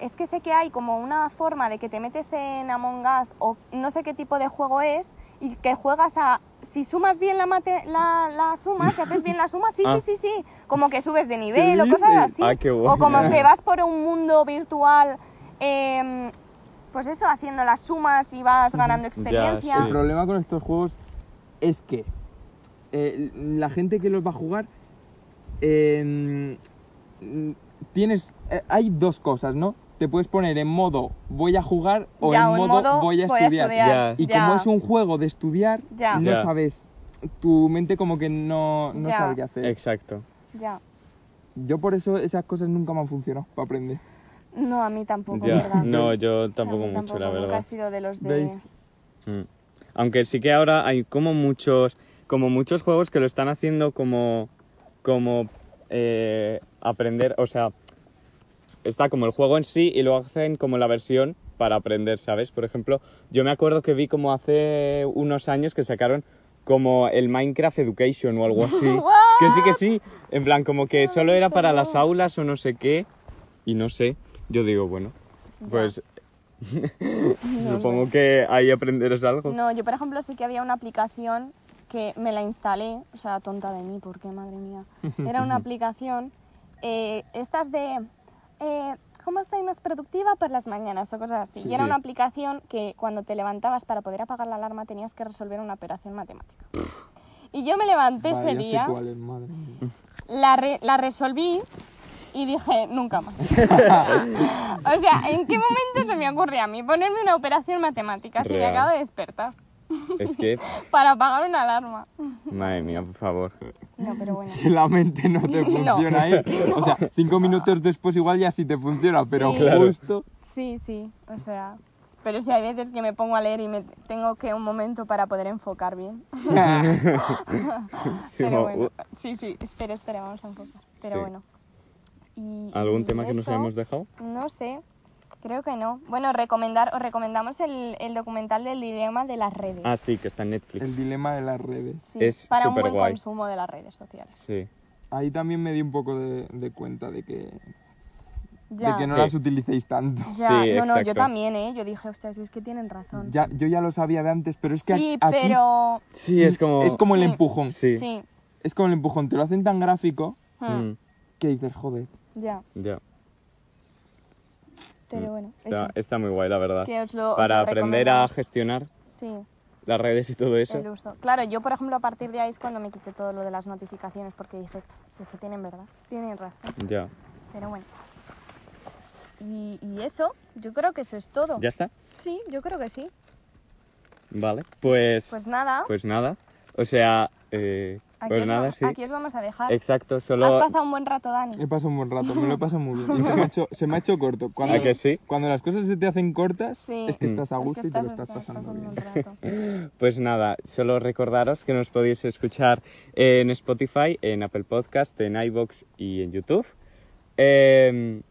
Speaker 2: es que sé que hay como una forma de que te metes en Among Us o no sé qué tipo de juego es y que juegas a... Si sumas bien la, mate, la, la suma, si haces bien la suma, sí,
Speaker 1: Ah.
Speaker 2: sí, sí, sí. Como que subes de nivel o
Speaker 3: dices?
Speaker 2: cosas así.
Speaker 1: Ah, qué
Speaker 2: O como
Speaker 1: guay.
Speaker 2: que vas por un mundo virtual, em, pues eso, haciendo las sumas y vas ganando experiencia.
Speaker 1: sí.
Speaker 3: El problema con estos juegos es que eh, la gente que los va a jugar eh, mm, tienes eh, hay dos cosas, ¿no? Te puedes poner en modo voy a jugar o
Speaker 2: Ya,
Speaker 3: en, modo, voy a estudiar.
Speaker 1: Ya.
Speaker 3: Y
Speaker 2: ya.
Speaker 3: como es un juego de estudiar,
Speaker 2: Ya.
Speaker 3: no
Speaker 1: Ya.
Speaker 3: sabes. Tu mente como que no, no
Speaker 2: Ya.
Speaker 3: sabe qué hacer.
Speaker 1: Exacto.
Speaker 2: Ya.
Speaker 3: Yo por eso esas cosas nunca me han funcionado para aprender.
Speaker 2: No, a mí tampoco,
Speaker 1: Ya.
Speaker 2: ¿verdad?
Speaker 1: No, yo
Speaker 2: A
Speaker 1: tampoco
Speaker 2: mí
Speaker 1: mucho, la
Speaker 2: tampoco, Nunca
Speaker 1: verdad.
Speaker 2: he sido de los de...
Speaker 3: ¿Veis?
Speaker 1: Mm. Aunque sí que ahora hay como muchos, como muchos juegos que lo están haciendo como, como eh, aprender, o sea, está como el juego en sí y lo hacen como la versión para aprender, ¿sabes? Por ejemplo, yo me acuerdo que vi como hace unos años que sacaron como el Minecraft Education o algo así. que sí, que sí. En plan, como que solo era para las aulas o no sé qué. Y no sé. Yo digo, bueno, pues supongo que ahí aprenderás algo.
Speaker 2: No, yo por ejemplo sí que había una aplicación que me la instalé, o sea, tonta de mí, porque madre mía. Era una aplicación, eh, estas de, eh, ¿cómo estoy más productiva por las mañanas o cosas así? Y era
Speaker 1: Sí.
Speaker 2: una aplicación que cuando te levantabas para poder apagar la alarma tenías que resolver una operación matemática. Y yo me levanté
Speaker 3: Vale,
Speaker 2: ese
Speaker 3: ya sé
Speaker 2: día,
Speaker 3: cuál es, madre mía.
Speaker 2: la, re- la resolví y dije, nunca más. o sea, ¿en qué momento se me ocurre a mí ponerme una operación matemática si me
Speaker 1: Real.
Speaker 2: acabo de despertar?
Speaker 1: Es que,
Speaker 2: Para apagar una alarma.
Speaker 1: madre mía, por favor.
Speaker 2: No, pero bueno.
Speaker 3: que la mente no te
Speaker 2: No.
Speaker 3: funciona ahí. O sea, cinco minutos después igual ya sí te funciona, pero
Speaker 2: Sí.
Speaker 1: Claro.
Speaker 3: justo...
Speaker 2: Sí, sí, o sea. Pero sí hay veces que me pongo a leer y me tengo que un momento para poder enfocar bien. Pero
Speaker 1: Como,
Speaker 2: bueno.
Speaker 1: uh,
Speaker 2: Sí, sí, espera, espera, vamos a enfocar. Pero
Speaker 1: Sí.
Speaker 2: bueno. Y-
Speaker 1: ¿Algún
Speaker 2: y
Speaker 1: tema que nos
Speaker 2: eso,
Speaker 1: hayamos dejado?
Speaker 2: No sé, creo que no. Bueno, recomendar, os recomendamos el, el documental del dilema de las redes.
Speaker 1: Ah, sí, que está en Netflix.
Speaker 3: El dilema de las redes.
Speaker 2: Sí,
Speaker 1: es
Speaker 2: para un buen
Speaker 1: superguay.
Speaker 2: consumo de las redes sociales.
Speaker 1: Sí.
Speaker 3: Ahí también me di un poco de, de cuenta de que, de
Speaker 2: Ya,
Speaker 3: que no
Speaker 1: Sí.
Speaker 3: las utilicéis tanto.
Speaker 2: ya.
Speaker 1: Sí,
Speaker 2: no, no, yo
Speaker 1: exacto.
Speaker 2: también, ¿eh? Yo dije, hostia, si es que tienen razón.
Speaker 3: Ya, yo ya lo sabía de antes, pero es que
Speaker 2: sí,
Speaker 3: a- aquí
Speaker 2: pero...
Speaker 1: Sí, es como...
Speaker 3: es como el
Speaker 2: Sí.
Speaker 3: empujón.
Speaker 1: Sí.
Speaker 2: Sí,
Speaker 3: Es como el empujón. Te lo hacen tan gráfico
Speaker 2: mm,
Speaker 1: Mm,
Speaker 3: que dices, joder.
Speaker 2: ya.
Speaker 1: ya.
Speaker 2: Pero bueno,
Speaker 1: Mm. Está,
Speaker 2: eso.
Speaker 1: está muy guay, la verdad.
Speaker 2: Que os lo- os
Speaker 1: Para
Speaker 2: lo
Speaker 1: aprender a
Speaker 2: recomendamos.
Speaker 1: gestionar
Speaker 2: Sí,
Speaker 1: las redes y todo eso.
Speaker 2: el uso. Claro, yo por ejemplo a partir de ahí es cuando me quité todo lo de las notificaciones porque dije, si es que tienen verdad, tienen razón,
Speaker 1: Ya.
Speaker 2: pero bueno. Y, y eso, yo creo que eso es todo.
Speaker 1: ¿Ya está?
Speaker 2: Sí, yo creo que sí.
Speaker 1: Vale. Pues...
Speaker 2: Pues nada,
Speaker 1: Pues nada. O sea... eh,
Speaker 2: aquí,
Speaker 1: pues
Speaker 2: os
Speaker 1: nada,
Speaker 2: vamos,
Speaker 1: sí.
Speaker 2: aquí os vamos a dejar.
Speaker 1: Exacto,
Speaker 2: Has
Speaker 1: solo...
Speaker 2: pasado un buen rato, Dani.
Speaker 3: He pasado un buen rato, me lo he pasado muy bien. Y se me ha hecho, se me ha hecho corto. Cuando,
Speaker 1: ¿A que sí?
Speaker 3: cuando las cosas se te hacen cortas,
Speaker 2: Sí.
Speaker 3: es que estás a
Speaker 2: Es que
Speaker 3: gusto y te
Speaker 2: estás-
Speaker 3: lo estás
Speaker 2: estás
Speaker 3: pasando
Speaker 2: pasando un
Speaker 3: bien.
Speaker 2: buen rato.
Speaker 1: Pues nada, solo recordaros que nos podéis escuchar en Spotify, en Apple Podcast, en iBox y en YouTube. Em,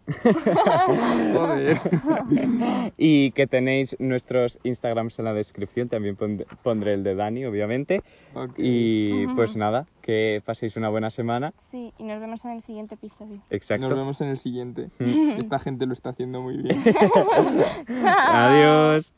Speaker 1: y que tenéis nuestros Instagrams en la descripción, también pond- pondré el de Dani, obviamente.
Speaker 3: Ok.
Speaker 1: Y pues nada, que paséis una buena semana.
Speaker 2: Sí, y nos vemos en el siguiente episodio.
Speaker 1: Exacto.
Speaker 3: Nos vemos en el siguiente. Esta gente lo está haciendo muy bien.
Speaker 1: Adiós.